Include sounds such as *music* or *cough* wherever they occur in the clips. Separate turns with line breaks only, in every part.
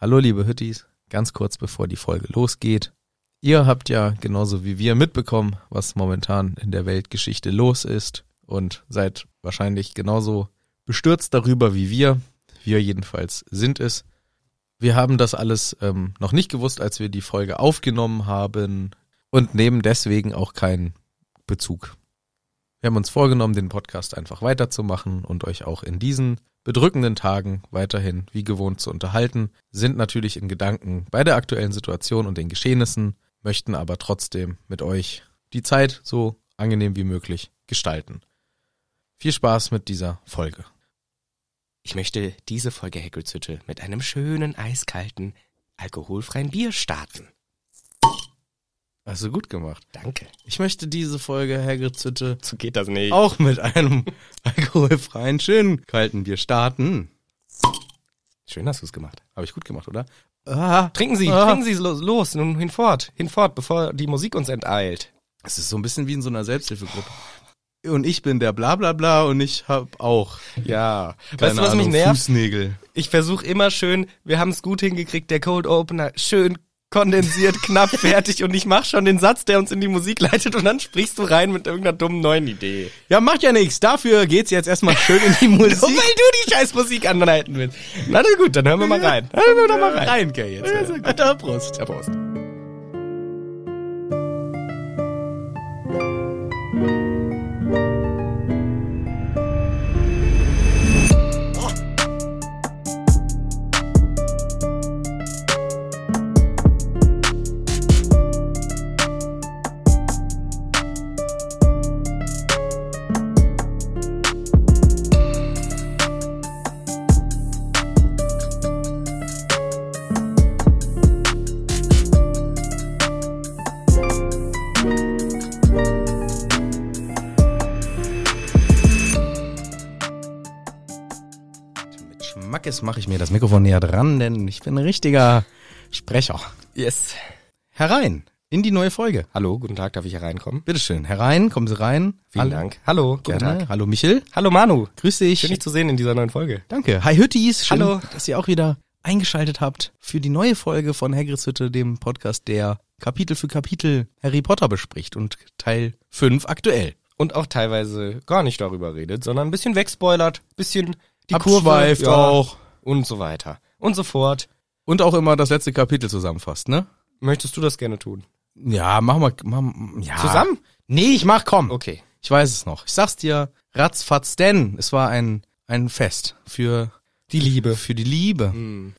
Hallo liebe Hüttis, ganz kurz bevor die Folge losgeht. Ihr habt ja genauso wie wir mitbekommen, was momentan in der Weltgeschichte los ist und seid wahrscheinlich genauso bestürzt darüber wie wir. Wir jedenfalls sind es. Wir haben das alles ähm, noch nicht gewusst, als wir die Folge aufgenommen haben und nehmen deswegen auch keinen Bezug. Wir haben uns vorgenommen, den Podcast einfach weiterzumachen und euch auch in diesen bedrückenden Tagen weiterhin wie gewohnt zu unterhalten, sind natürlich in Gedanken bei der aktuellen Situation und den Geschehnissen, möchten aber trotzdem mit euch die Zeit so angenehm wie möglich gestalten. Viel Spaß mit dieser Folge.
Ich möchte diese Folge Heckelzütte mit einem schönen, eiskalten, alkoholfreien Bier starten.
Hast du gut gemacht.
Danke.
Ich möchte diese Folge, Herr Grizzitte,
So geht das nicht.
auch mit einem *laughs* alkoholfreien, schönen, kalten Bier starten.
Schön hast du es gemacht.
Habe ich gut gemacht, oder? Ah,
Trinken Sie,
Ah.
trinken Sie es los, los, nun hinfort, hinfort, bevor die Musik uns enteilt.
es ist so ein bisschen wie in so einer Selbsthilfegruppe. Und ich bin der Blablabla und ich hab auch.
Ja.
Keine
weißt du, was mich
Ahnung,
nervt?
Fußnägel.
Ich versuche immer schön, wir haben es gut hingekriegt, der Cold Opener, schön kondensiert, *laughs* knapp fertig und ich mache schon den Satz, der uns in die Musik leitet und dann sprichst du rein mit irgendeiner dummen neuen Idee.
Ja, macht ja nichts. Dafür geht's jetzt erstmal schön in die
Nur weil
Musik.
du die scheiß Musik anhalten willst. Na na gut, dann hören wir mal rein. Hören wir doch mal rein.
gell, jetzt.
Ja, sehr
Alter, Prost.
Ja, Prost.
Mit Schmackes mache ich mir das Mikrofon näher dran, denn ich bin ein richtiger Sprecher.
Yes.
Herein in die neue Folge.
Hallo, guten Tag, darf ich hier reinkommen?
Bitteschön, herein, kommen Sie rein.
Vielen
Hallo.
Dank. Hallo, guten
Gerne.
Tag.
Hallo Michel,
Hallo Manu.
grüß dich.
Schön, dich zu sehen in dieser neuen Folge.
Danke. Hi Hüttis, schön,
Hallo.
dass ihr auch wieder eingeschaltet habt für die neue Folge von Hagrids Hütte, dem Podcast, der Kapitel für Kapitel Harry Potter bespricht und Teil 5 aktuell.
Und auch teilweise gar nicht darüber redet, sondern ein bisschen wegspoilert, bisschen die
Abschweift auch.
Und so weiter. Und so fort.
Und auch immer das letzte Kapitel zusammenfasst, ne?
Möchtest du das gerne tun?
Ja, mach mal. Mach, ja.
Zusammen?
Nee, ich mach, komm.
Okay.
Ich weiß es noch. Ich sag's dir, ratzfatz, denn es war ein, ein Fest für die Liebe. Mhm. Für die Liebe.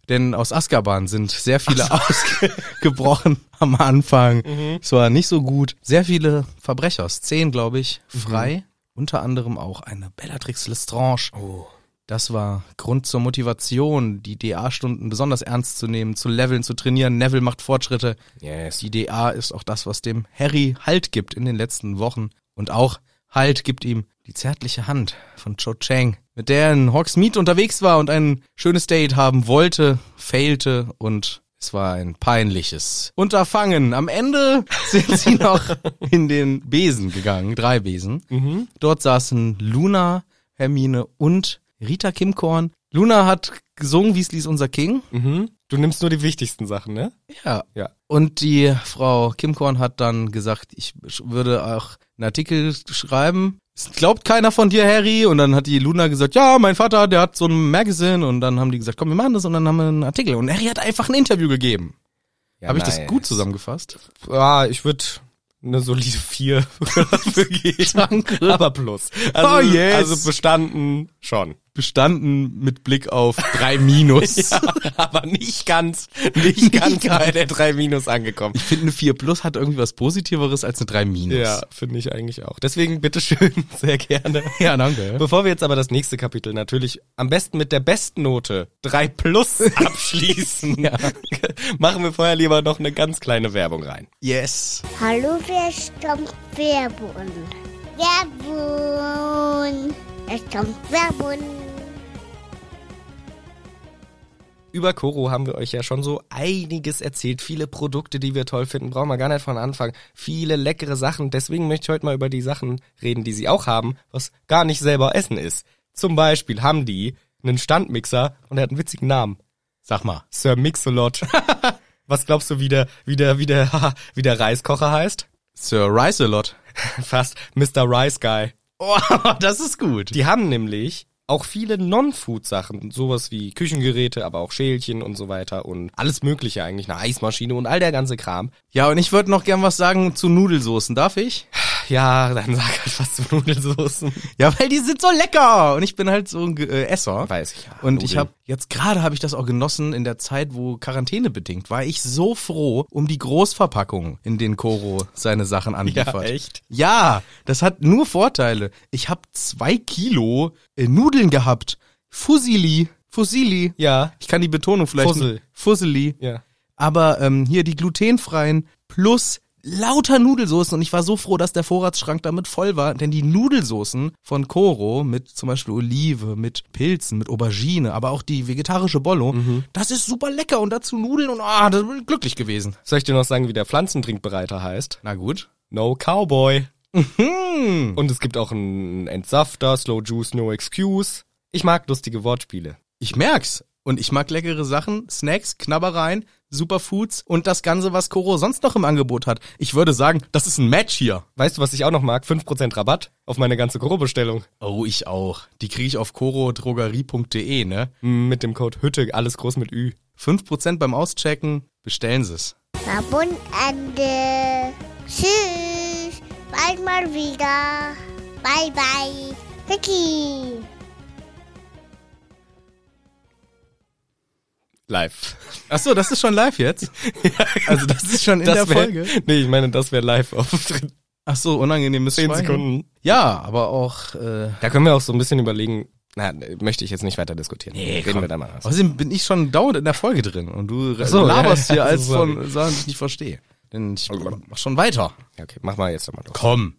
Denn aus Azkaban sind sehr viele *laughs* ausgebrochen am Anfang. Es war nicht so gut. Sehr viele Verbrecher, zehn glaube ich, frei. Unter anderem auch eine Bellatrix Lestrange.
Oh.
Das war Grund zur Motivation, die DA-Stunden besonders ernst zu nehmen, zu leveln, zu trainieren. Neville macht Fortschritte.
Yes.
Die DA ist auch das, was dem Harry Halt gibt in den letzten Wochen. Und auch Halt gibt ihm die zärtliche Hand von Cho Chang, mit der er in Hogsmeade unterwegs war und ein schönes Date haben wollte, failte und es war ein peinliches Unterfangen. Am Ende sind sie noch in den Besen gegangen, drei Besen.
Mhm,
Dort saßen Luna, Hermine und Rita Kimkorn. Luna hat gesungen, Weasley ist unser King.
Mhm. Du nimmst nur die wichtigsten Sachen, ne?
Ja,
Ja.
und die Frau Kim Korn hat dann gesagt, ich sch- würde auch einen Artikel schreiben. Es glaubt keiner von dir, Harry. Und dann hat die Luna gesagt, ja, mein Vater, der hat so ein Magazine. Und dann haben die gesagt, komm, wir machen das. Und dann haben wir einen Artikel. Und Harry hat einfach ein Interview gegeben.
Ja,
Habe ich das
nice.
gut zusammengefasst?
Ja, ich würde eine solide *laughs* 4 dafür geben.
Danke.
Aber plus. Also,
Oh, yes.
also bestanden schon.
Bestanden mit Blick auf drei Minus.
*laughs* Ja, aber nicht ganz, nicht ganz
ganz.
bei der 3 Minus angekommen.
Ich finde, eine 4 Plus hat irgendwie was Positiveres als eine 3 Minus.
Ja, finde ich eigentlich auch. Deswegen bitteschön, *laughs* sehr gerne.
ja *laughs* danke.
Bevor wir jetzt aber das nächste Kapitel natürlich am besten mit der besten Note 3 plus *laughs* abschließen, *laughs* machen wir vorher lieber noch eine ganz kleine Werbung rein.
Yes.
Hallo, wer stammt Werbun? Werbun! Es kommt Werbun!
Über Koro haben wir euch ja schon so einiges erzählt. Viele Produkte, die wir toll finden, brauchen wir gar nicht von Anfang. Viele leckere Sachen. Deswegen möchte ich heute mal über die Sachen reden, die sie auch haben, was gar nicht selber Essen ist. Zum Beispiel haben die einen Standmixer und der hat einen witzigen Namen.
Sag mal.
Sir Mixolot. Was glaubst du, wie der, wie der, wie der, *laughs* haha, wie der Reiskocher heißt?
Sir Rice-A-Lot.
Fast Mr. Rice Guy.
Oh, *laughs* das ist gut.
Die haben nämlich auch viele Non-Food-Sachen, sowas wie Küchengeräte, aber auch Schälchen und so weiter und alles Mögliche eigentlich, eine Eismaschine und all der ganze Kram.
Ja, und ich würde noch gern was sagen zu Nudelsoßen, darf ich?
Ja, dann sag halt was zu Nudelsoßen.
Ja, weil die sind so lecker und ich bin halt so ein Ge- äh, Esser.
Weiß ich ja.
Und ich
Nudeln.
habe jetzt gerade habe ich das auch genossen in der Zeit, wo Quarantäne bedingt war. Ich so froh um die Großverpackung, in denen Koro seine Sachen anliefert.
Ja, echt?
Ja, das hat nur Vorteile. Ich habe zwei Kilo äh, Nudeln gehabt. Fusilli, Fusilli.
Ja,
Ich kann die Betonung vielleicht.
Fussel.
Fusseli.
ja.
Aber ähm, hier die glutenfreien plus lauter Nudelsoßen und ich war so froh, dass der Vorratsschrank damit voll war, denn die Nudelsoßen von Koro mit zum Beispiel Olive, mit Pilzen, mit Aubergine, aber auch die vegetarische Bollo,
Mhm.
das ist super lecker und dazu Nudeln und ah, da bin ich glücklich gewesen.
Soll ich dir noch sagen, wie der Pflanzentrinkbereiter heißt?
Na gut.
No Cowboy.
Hm.
Und es gibt auch einen Entsafter, Slow Juice, No Excuse. Ich mag lustige Wortspiele.
Ich merk's. Und ich mag leckere Sachen, Snacks, Knabbereien, Superfoods und das Ganze, was Koro sonst noch im Angebot hat. Ich würde sagen, das ist ein Match hier.
Weißt du, was ich auch noch mag? 5% Rabatt auf meine ganze Großbestellung.
Oh, ich auch. Die kriege ich auf korodrogerie.de, ne?
Mit dem Code Hütte, alles groß mit Ü.
5% beim Auschecken, bestellen sie es.
Werbung Ende. Tschüss. Bald mal wieder. Bye bye. Vicky.
Live.
Achso, das ist schon live
*laughs*
jetzt? Also das ist schon in
genau. das
der
wär,
Folge?
Nee, ich meine, das wäre live auf *laughs* zehn
Achso, unangenehmes Schweigen.
Sekunden.
Ja, aber auch... Äh,
Da können wir auch so ein bisschen überlegen. Na, ne, möchte ich jetzt nicht weiter diskutieren. Nee, Reden wir da mal was.
außerdem bin ich schon dauernd in der Folge drin und du
so,
laberst
ja,
hier
ja,
als
sorry. Also,
von Sachen, die ich nicht verstehe. Denn ich mach schon weiter.
Ja, okay, mach mal jetzt nochmal durch.
Komm.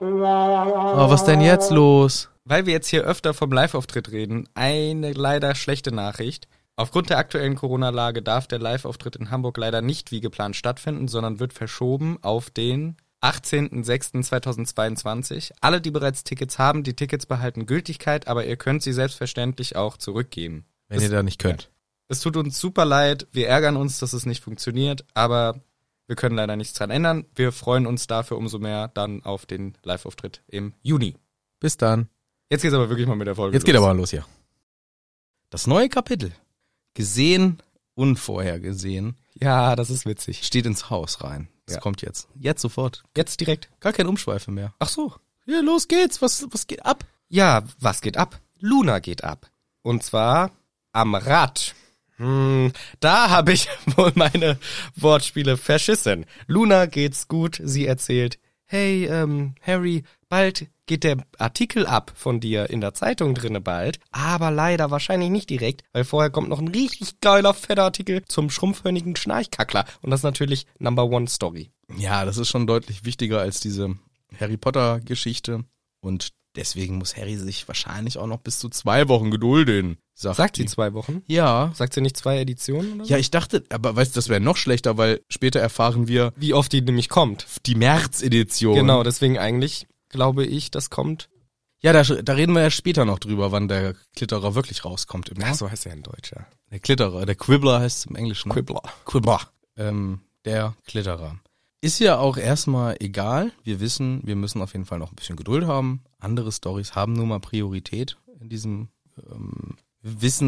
Oh, was denn jetzt los?
Weil wir jetzt hier öfter vom Live-Auftritt reden, eine leider schlechte Nachricht. Aufgrund der aktuellen Corona-Lage darf der Live-Auftritt in Hamburg leider nicht wie geplant stattfinden, sondern wird verschoben auf den 18.06.2022. Alle, die bereits Tickets haben, die Tickets behalten Gültigkeit, aber ihr könnt sie selbstverständlich auch zurückgeben.
Wenn ihr da nicht könnt.
Es tut uns super leid, wir ärgern uns, dass es nicht funktioniert, aber wir können leider nichts dran ändern. Wir freuen uns dafür umso mehr dann auf den Live-Auftritt im Juni.
Bis dann.
Jetzt geht's aber wirklich mal mit der Folge.
Jetzt geht
los.
aber los hier. Das neue Kapitel. Gesehen, unvorhergesehen,
Ja, das ist witzig.
steht ins Haus rein. Das
Ja.
kommt jetzt. Jetzt sofort.
Jetzt direkt.
Gar keine Umschweife mehr.
Ach so.
Ja, los geht's. Was, was geht ab?
Ja, was geht ab? Luna geht ab. Und zwar am Rad. Hm, da habe ich *laughs* wohl meine Wortspiele verschissen. Luna geht's gut, sie erzählt, hey, ähm, Harry, bald geht der Artikel ab von dir in der Zeitung drinne bald, aber leider wahrscheinlich nicht direkt, weil vorher kommt noch ein richtig geiler, fetter Artikel zum schrumpfhörnigen Schnarchkackler. Und das ist natürlich Number One Story.
Ja, das ist schon deutlich wichtiger als diese Harry Potter Geschichte. Und deswegen muss Harry sich wahrscheinlich auch noch bis zu zwei Wochen gedulden.
Sagt sie
die.
zwei Wochen?
Ja.
Sagt sie nicht zwei Editionen? Oder so?
Ja, ich dachte, aber weißt du, das wäre noch schlechter, weil später erfahren wir
Wie oft die nämlich kommt.
die März-Edition.
Genau, deswegen eigentlich glaube ich, das kommt.
Ja, da, da reden wir ja später noch drüber, wann der Klitterer wirklich rauskommt. Im März.
so heißt er in Deutscher.
Der Klitterer, der Quibbler heißt es im Englischen. ne?
Quibbler.
Quibbler. Ähm, der Klitterer. Ist ja auch erstmal egal. Wir wissen, wir müssen auf jeden Fall noch ein bisschen Geduld haben. Andere Stories haben nun mal Priorität in diesem ähm,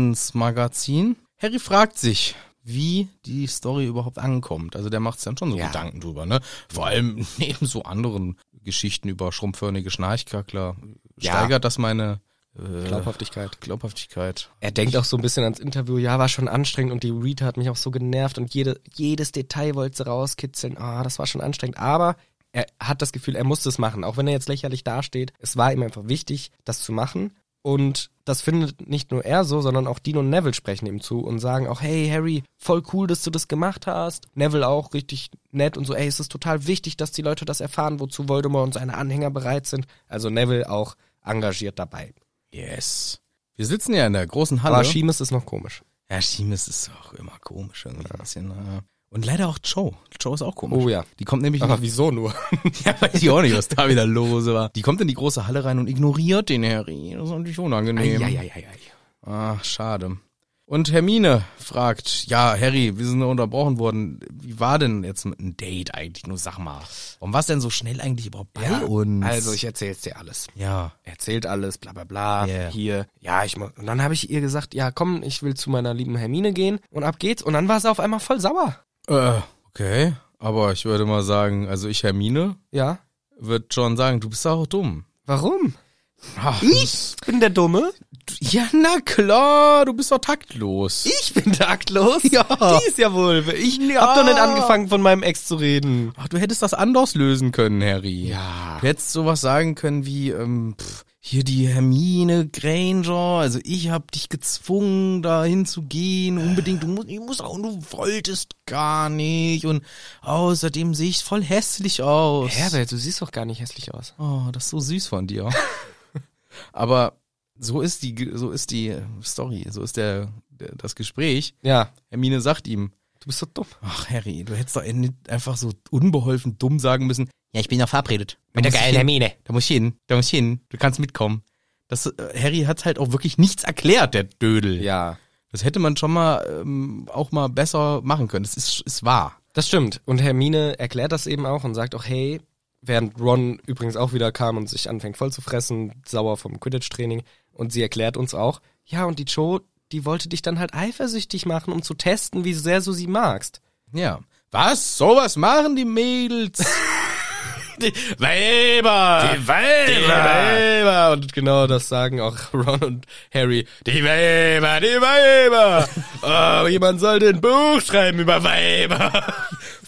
Wissensmagazin. Harry fragt sich, wie die Story überhaupt ankommt. Also der macht sich dann schon so
Ja.
Gedanken drüber, ne? Vor allem *laughs* neben so anderen Geschichten über schrumpförmige Schnarchkackler
Ja.
steigert das meine äh,
Glaubhaftigkeit.
Glaubhaftigkeit.
Er denkt auch so ein bisschen ans Interview. Ja, war schon anstrengend und die Rita hat mich auch so genervt und jede, jedes Detail wollte sie rauskitzeln. Ah, das war schon anstrengend. Aber er hat das Gefühl, er musste es machen. Auch wenn er jetzt lächerlich dasteht, es war ihm einfach wichtig, das zu machen. Und das findet nicht nur er so, sondern auch Dean und Neville sprechen ihm zu und sagen auch, hey Harry, voll cool, dass du das gemacht hast. Neville auch richtig nett und so, ey, es ist total wichtig, dass die Leute das erfahren, wozu Voldemort und seine Anhänger bereit sind. Also Neville auch engagiert dabei.
Yes. Wir sitzen ja in der großen Halle.
Aber Schiemes ist noch komisch.
Ja, Schiemes ist auch immer komisch irgendwie ein bisschen. äh. Und leider auch Joe. Joe ist auch komisch.
Oh *laughs* ja.
Die kommt nämlich,
Aber wieso nur?
*laughs* ja, weiß ich auch nicht, was da wieder los war. Die kommt in die große Halle rein und ignoriert den Harry. Das ist natürlich unangenehm.
Eieieiei.
Ach, schade. Und Hermine fragt, ja, Harry, wir sind nur unterbrochen worden. Wie war denn jetzt mit einem Date eigentlich? Nur sag mal, warum war es denn so schnell eigentlich überhaupt bei uns?
Also ich erzähl's dir alles.
ja,
Erzählt alles, bla bla bla.
Yeah.
Hier, ja, ich muss. Und dann habe ich ihr gesagt, ja, komm, ich will zu meiner lieben Hermine gehen und ab geht's. Und dann war sie auf einmal voll sauer.
äh, okay. Aber ich würde mal sagen, also ich, Hermine,
Ja.
wird schon sagen, du bist auch dumm.
Warum?
Ach,
Ich bin der Dumme.
Ja, na klar, du bist doch taktlos.
Ich bin taktlos. Ja. Die ist ja wohl. Ich hab doch nicht angefangen, von meinem Ex zu reden.
Ach, du hättest das anders lösen können, Harry.
Ja.
Du hättest sowas sagen können wie, ähm, pff, hier die Hermine Granger, also ich hab dich gezwungen, da hinzugehen, unbedingt, du musst, ich muss auch, du wolltest gar nicht und außerdem sehe ich voll hässlich aus.
Herbert, du siehst doch gar nicht hässlich aus.
Oh, das ist so süß von dir. *laughs* Aber so ist die, so ist die äh, Story, so ist der, der das Gespräch.
Ja.
Hermine sagt ihm,
Du bist so dumm.
Ach, Harry, du hättest doch nicht einfach so unbeholfen dumm sagen müssen. Ja, ich bin ja verabredet. Da muss ich hin.
Hermine.
Da muss ich hin. Da muss ich hin. Du kannst mitkommen. Das, äh, Harry hat halt auch wirklich nichts erklärt, der Dödel.
Ja.
Das hätte man schon mal ähm, auch mal besser machen können. Das ist, ist wahr.
Das stimmt. Und Hermine erklärt das eben auch und sagt auch, hey, während Ron übrigens auch wieder kam und sich anfängt voll zu fressen, sauer vom Quidditch-Training. Und sie erklärt uns auch, ja, und die Joe, die wollte dich dann halt eifersüchtig machen, um zu testen, wie sehr du sie magst.
Ja. Was? Sowas machen die Mädels? *laughs* die Weiber! Die Weiber!
Weiber! Und genau das sagen auch *laughs* Ron und Harry.
Die Weiber! Die
*laughs*
Weiber!
Oh, jemand soll den Buch schreiben über Weiber.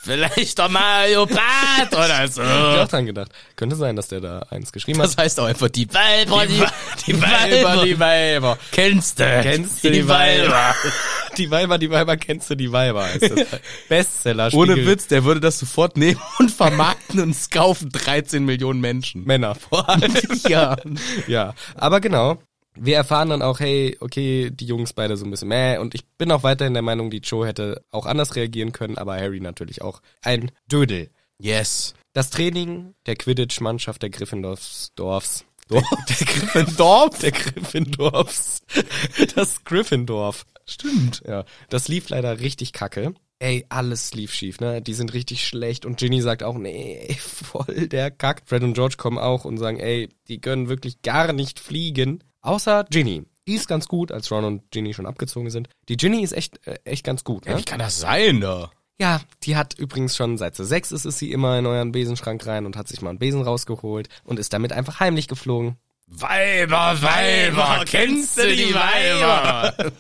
Vielleicht doch Mario Bart oder so.
Ich hab auch *laughs* dran gedacht. Könnte sein, dass der da eins geschrieben hat.
Das heißt auch einfach die Weiber,
die- die Weiber, die
Weiber. Kennst du?
Kennst du die Weiber? Die Weiber, die Weiber, kennst du die Weiber? Heißt das.
*laughs*
Bestseller.
Ohne
Spiegel-
Witz, der würde das sofort nehmen *laughs* und vermarkten und es kaufen 13 Millionen Menschen. *laughs*
Männer vor allem.
Ja.
ja, aber genau. Wir erfahren dann auch, hey, okay, die Jungs beide so ein bisschen meh. Und ich bin auch weiterhin der Meinung, die Joe hätte auch anders reagieren können, aber Harry natürlich auch ein Dödel.
Yes.
Das Training der Quidditch-Mannschaft der Gryffindors. Dorfs. Der, *laughs* der Gryffindorf? Der Gryffindorfs. Das Gryffindorf. Stimmt. Ja. Das lief leider richtig kacke. Ey, alles lief schief, ne? Die sind richtig schlecht und Ginny sagt auch, nee, voll der Kack. Fred und George kommen auch und sagen, ey, die können wirklich gar nicht fliegen. Außer Ginny. Die ist ganz gut, als Ron und Ginny schon abgezogen sind. Die Ginny ist echt, äh, echt ganz gut, ne?
Wie kann das sein da?
Ja, die hat übrigens schon seit sie sechs ist, ist sie immer in euren Besenschrank rein und hat sich mal einen Besen rausgeholt und ist damit einfach heimlich geflogen.
Weiber, Weiber, kennst du die Weiber?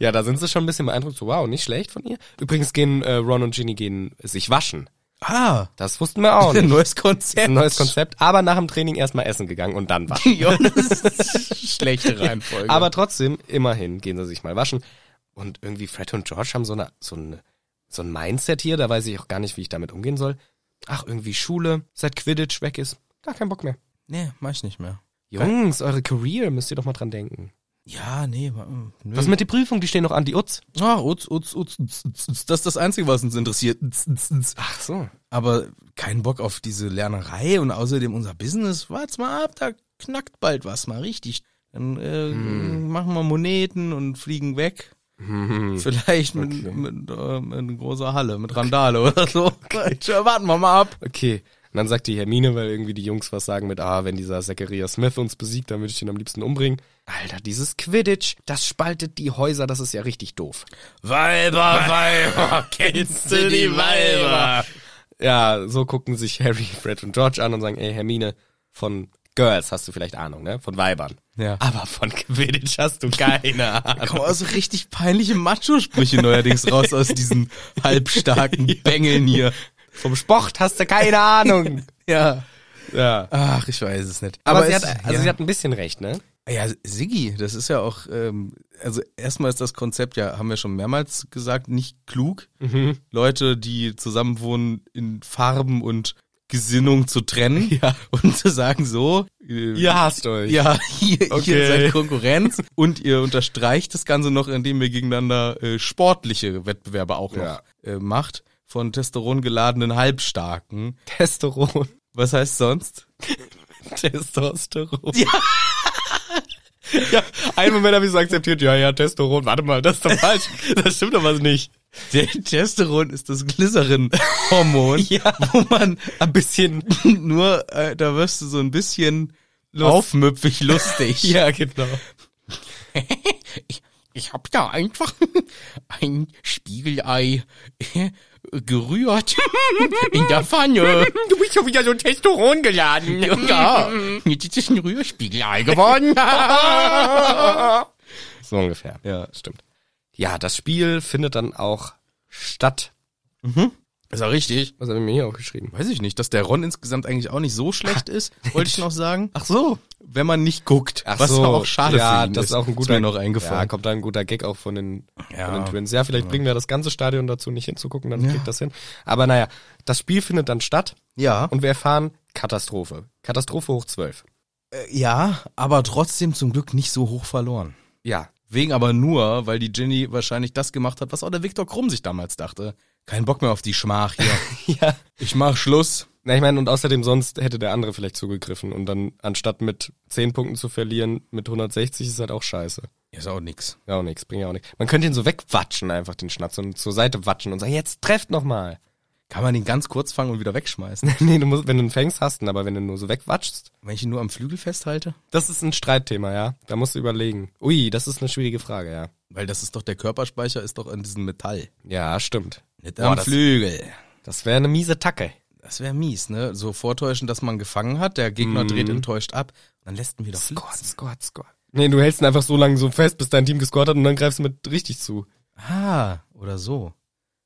Ja, da sind sie schon ein bisschen beeindruckt. So, wow, nicht schlecht von ihr. Übrigens gehen äh, Ron und Ginny gehen sich waschen.
Ah,
Das wussten wir *laughs* auch nicht.
neues Konzept.
Ein neues Konzept, aber nach dem Training erstmal essen gegangen und dann *laughs* waschen.
*laughs* Ja, das ist schlechte Reihenfolge.
aber trotzdem, immerhin gehen sie sich mal waschen. Und irgendwie Fred und George haben so, eine, so, eine, so ein Mindset hier, da weiß ich auch gar nicht, wie ich damit umgehen soll. Ach, irgendwie Schule, seit Quidditch weg ist, gar keinen Bock mehr.
nee, mach ich nicht mehr.
Jungs, eure Career müsst ihr doch mal dran denken.
Ja, nee, wa- ähm, nö.
Was mit die Prüfung? Die stehen noch an, die Utz.
Ach, Ah, uts, uts, uts, uts, uts, uts. Das ist das Einzige, was uns interessiert. Uts, uts, uts.
Ach so.
Aber kein Bock auf diese Lernerei und außerdem unser Business. Wart's mal ab, da knackt bald was mal richtig. Dann äh, machen wir Moneten und fliegen weg. Hm. Vielleicht mit, mit, äh, mit großer Halle, mit Randale oder so. *laughs* Tja, warten wir mal ab.
Okay. Und dann sagt die Hermine, weil irgendwie die Jungs was sagen mit, ah, wenn dieser Zachariah Smith uns besiegt, dann würde ich ihn am liebsten umbringen. Alter, dieses Quidditch, das spaltet die Häuser, das ist ja
*laughs*
richtig doof.
Weiber, Weiber, Oh, kennst du die Weiber?
Ja, so gucken sich Harry, Fred und George an und sagen, ey, Hermine, von Girls hast du vielleicht Ahnung, ne? Von Weibern.
Ja.
Aber von Quidditch hast
*laughs*
du keine Ahnung.
Kommen auch so richtig peinliche Macho-Sprüche neuerdings raus aus diesen *laughs* halbstarken Bengeln hier.
Vom Sport hast du keine Ahnung.
Ja.
ja.
Ach, ich weiß es nicht.
Aber, sie,
es-
hat, also
ja.
sie hat ein bisschen recht, ne?
Ja, Siggi, das ist ja auch, ähm, also erstmal ist das Konzept ja, haben wir schon mehrmals gesagt, nicht klug.
Mhm.
Leute, die zusammenwohnen, in Farben und Gesinnung zu
*laughs*
trennen ja. und zu sagen so, äh,
Ihr hasst euch.
ja, hier,
Okay.
ihr seid Konkurrenz und ihr unterstreicht das Ganze noch, indem ihr gegeneinander äh, sportliche Wettbewerbe auch noch
Ja.
äh, macht von Testosteron geladenen Halbstarken.
Testosteron. *laughs*
Was heißt sonst?
Testosteron. *laughs* Ja, einen Moment habe ich so akzeptiert, ja, ja, Testosteron, warte mal, das ist doch falsch. Das stimmt doch was nicht.
Der Testosteron ist das Glycerin-Hormon,
*laughs* Ja.
wo man
Ein bisschen. *laughs*
nur, äh, da wirst du so ein bisschen aufmüpfig *laughs* lustig.
Ja, genau.
ich, ich habe da einfach *laughs* ein Spiegelei äh, gerührt *laughs* in der Pfanne. *laughs*
Du bist schon wieder so Testosteron geladen.
Ja, jetzt ist es ein Rührspiegelei
*laughs*
geworden.
So ungefähr.
ja,
stimmt. Ja, das Spiel findet dann auch statt.
ist ja richtig.
Was habe ich mir hier aufgeschrieben?
Weiß ich nicht, dass der Ron insgesamt eigentlich auch nicht so schlecht
*laughs*
ist, wollte ich noch sagen.
Ach so.
Wenn man nicht guckt, was auch schade
ja,
für ihn
das
ist.
ist auch ein guter
mir noch
Ja,
eingefallen.
kommt da ein guter Gag auch von den,
Ja.
von den Twins. Ja, vielleicht bringen wir das ganze Stadion dazu, nicht hinzugucken, dann kriegt das hin. Aber naja, das Spiel findet dann statt
Ja,
und wir erfahren Katastrophe. Katastrophe hoch 12.
äh, ja, aber trotzdem zum Glück nicht so hoch verloren.
Ja, *laughs*
Wegen aber nur, weil die Ginny wahrscheinlich das gemacht hat, was auch der Viktor Krumm sich damals dachte. Kein Bock mehr auf die Schmach
*laughs*
hier.
Ja.
Ich mach Schluss.
Na, ich meine, und außerdem sonst hätte der andere vielleicht zugegriffen und dann anstatt mit 10 Punkten zu verlieren, mit 160 ist halt auch scheiße.
Ist auch nix.
Ja, auch nichts, bringt ja auch nichts. Man könnte ihn so wegwatschen, einfach den Schnatz und zur Seite watschen und sagen, jetzt trefft nochmal.
Kann man den ganz kurz fangen und wieder wegschmeißen?
*laughs* nee, du musst, wenn du ihn fängst, hast du ihn, aber wenn du ihn nur so wegwatschst,
Wenn ich ihn nur am Flügel festhalte?
das ist ein Streitthema, ja. Da musst du überlegen. Ui, das ist eine schwierige Frage, ja.
Weil das ist doch, der Körperspeicher ist doch an diesem Metall.
Ja, stimmt.
Nicht
Boah,
am
das-
Flügel.
Das wäre eine miese Tacke.
Das wäre mies, ne? So vortäuschen, dass man gefangen hat, der Gegner dreht
Mhm.
enttäuscht ab, dann lässt ihn wieder
Squat,
flitzen.
squat, squat. Nee, du hältst ihn einfach so lange so fest, bis dein Team gescored hat und dann greifst du mit richtig zu.
Ah, oder so.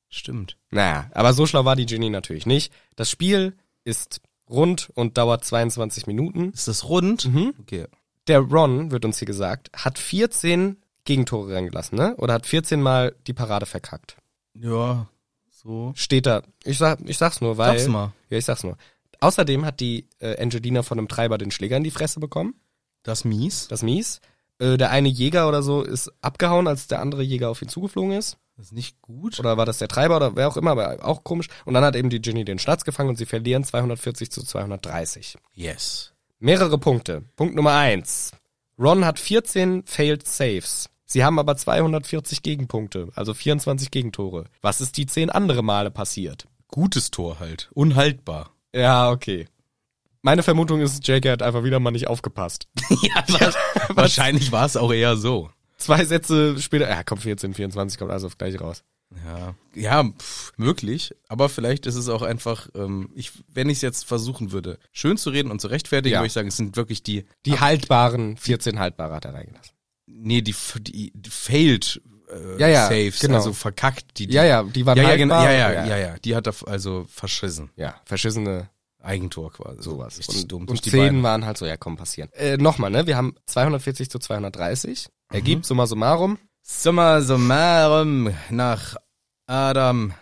Stimmt.
Naja, aber so schlau war die Genie natürlich nicht. Das Spiel ist rund und dauert 22 Minuten.
Ist das rund?
Mhm.
Okay.
Der Ron, wird uns hier gesagt, hat 14 Gegentore reingelassen, ne? Oder hat 14 Mal die Parade verkackt.
Ja, so.
Steht da. Ich, sag, ich sag's nur, weil...
Sag's mal.
Ja, ich sag's nur. Außerdem hat die äh, Angelina von einem Treiber den Schläger in die Fresse bekommen.
Das ist mies.
Das ist mies. Äh, der eine Jäger oder so ist abgehauen, als der andere Jäger auf ihn zugeflogen ist.
Das ist nicht gut.
Oder war das der Treiber oder wer auch immer, aber auch komisch. Und dann hat eben die Ginny den Schnatz gefangen und sie verlieren 240 zu 230.
Yes.
Mehrere Punkte. Punkt Nummer eins: Ron hat 14 Failed Saves. Sie haben aber 240 Gegenpunkte, also 24 Gegentore. Was ist die 10 andere Male passiert?
Gutes Tor halt.
*laughs*
Unhaltbar.
Ja, okay. Meine Vermutung ist, Jake hat einfach wieder mal nicht aufgepasst.
ja, wahrscheinlich war es auch eher so.
Zwei Sätze später, ja, kommt 14, 24, kommt also gleich raus.
Ja, ja, pf, möglich. Aber vielleicht ist es auch einfach, ähm, ich, wenn ich es jetzt versuchen würde, schön zu reden und zu rechtfertigen,
Ja.
würde ich sagen, es sind wirklich die,
Die haltbaren, 14 haltbare hat er reingelassen.
nee, die, f- die, die failed äh,
Ja, ja,
Saves,
genau.
also verkackt die. die
Ja, ja, die waren
ja, ja, genau,
haltbar.
ja, ja, ja, ja, die hat er f- also verschissen.
Ja, verschissene
Eigentor quasi.
sowas.
Richtig
und
dumm.
und
durch die
zehn
Beine.
waren halt so, ja, komm, passieren. Äh, Nochmal, ne? Wir haben 240 zu 230. Ergibt summa summarum.
Summa summarum um, nach Adam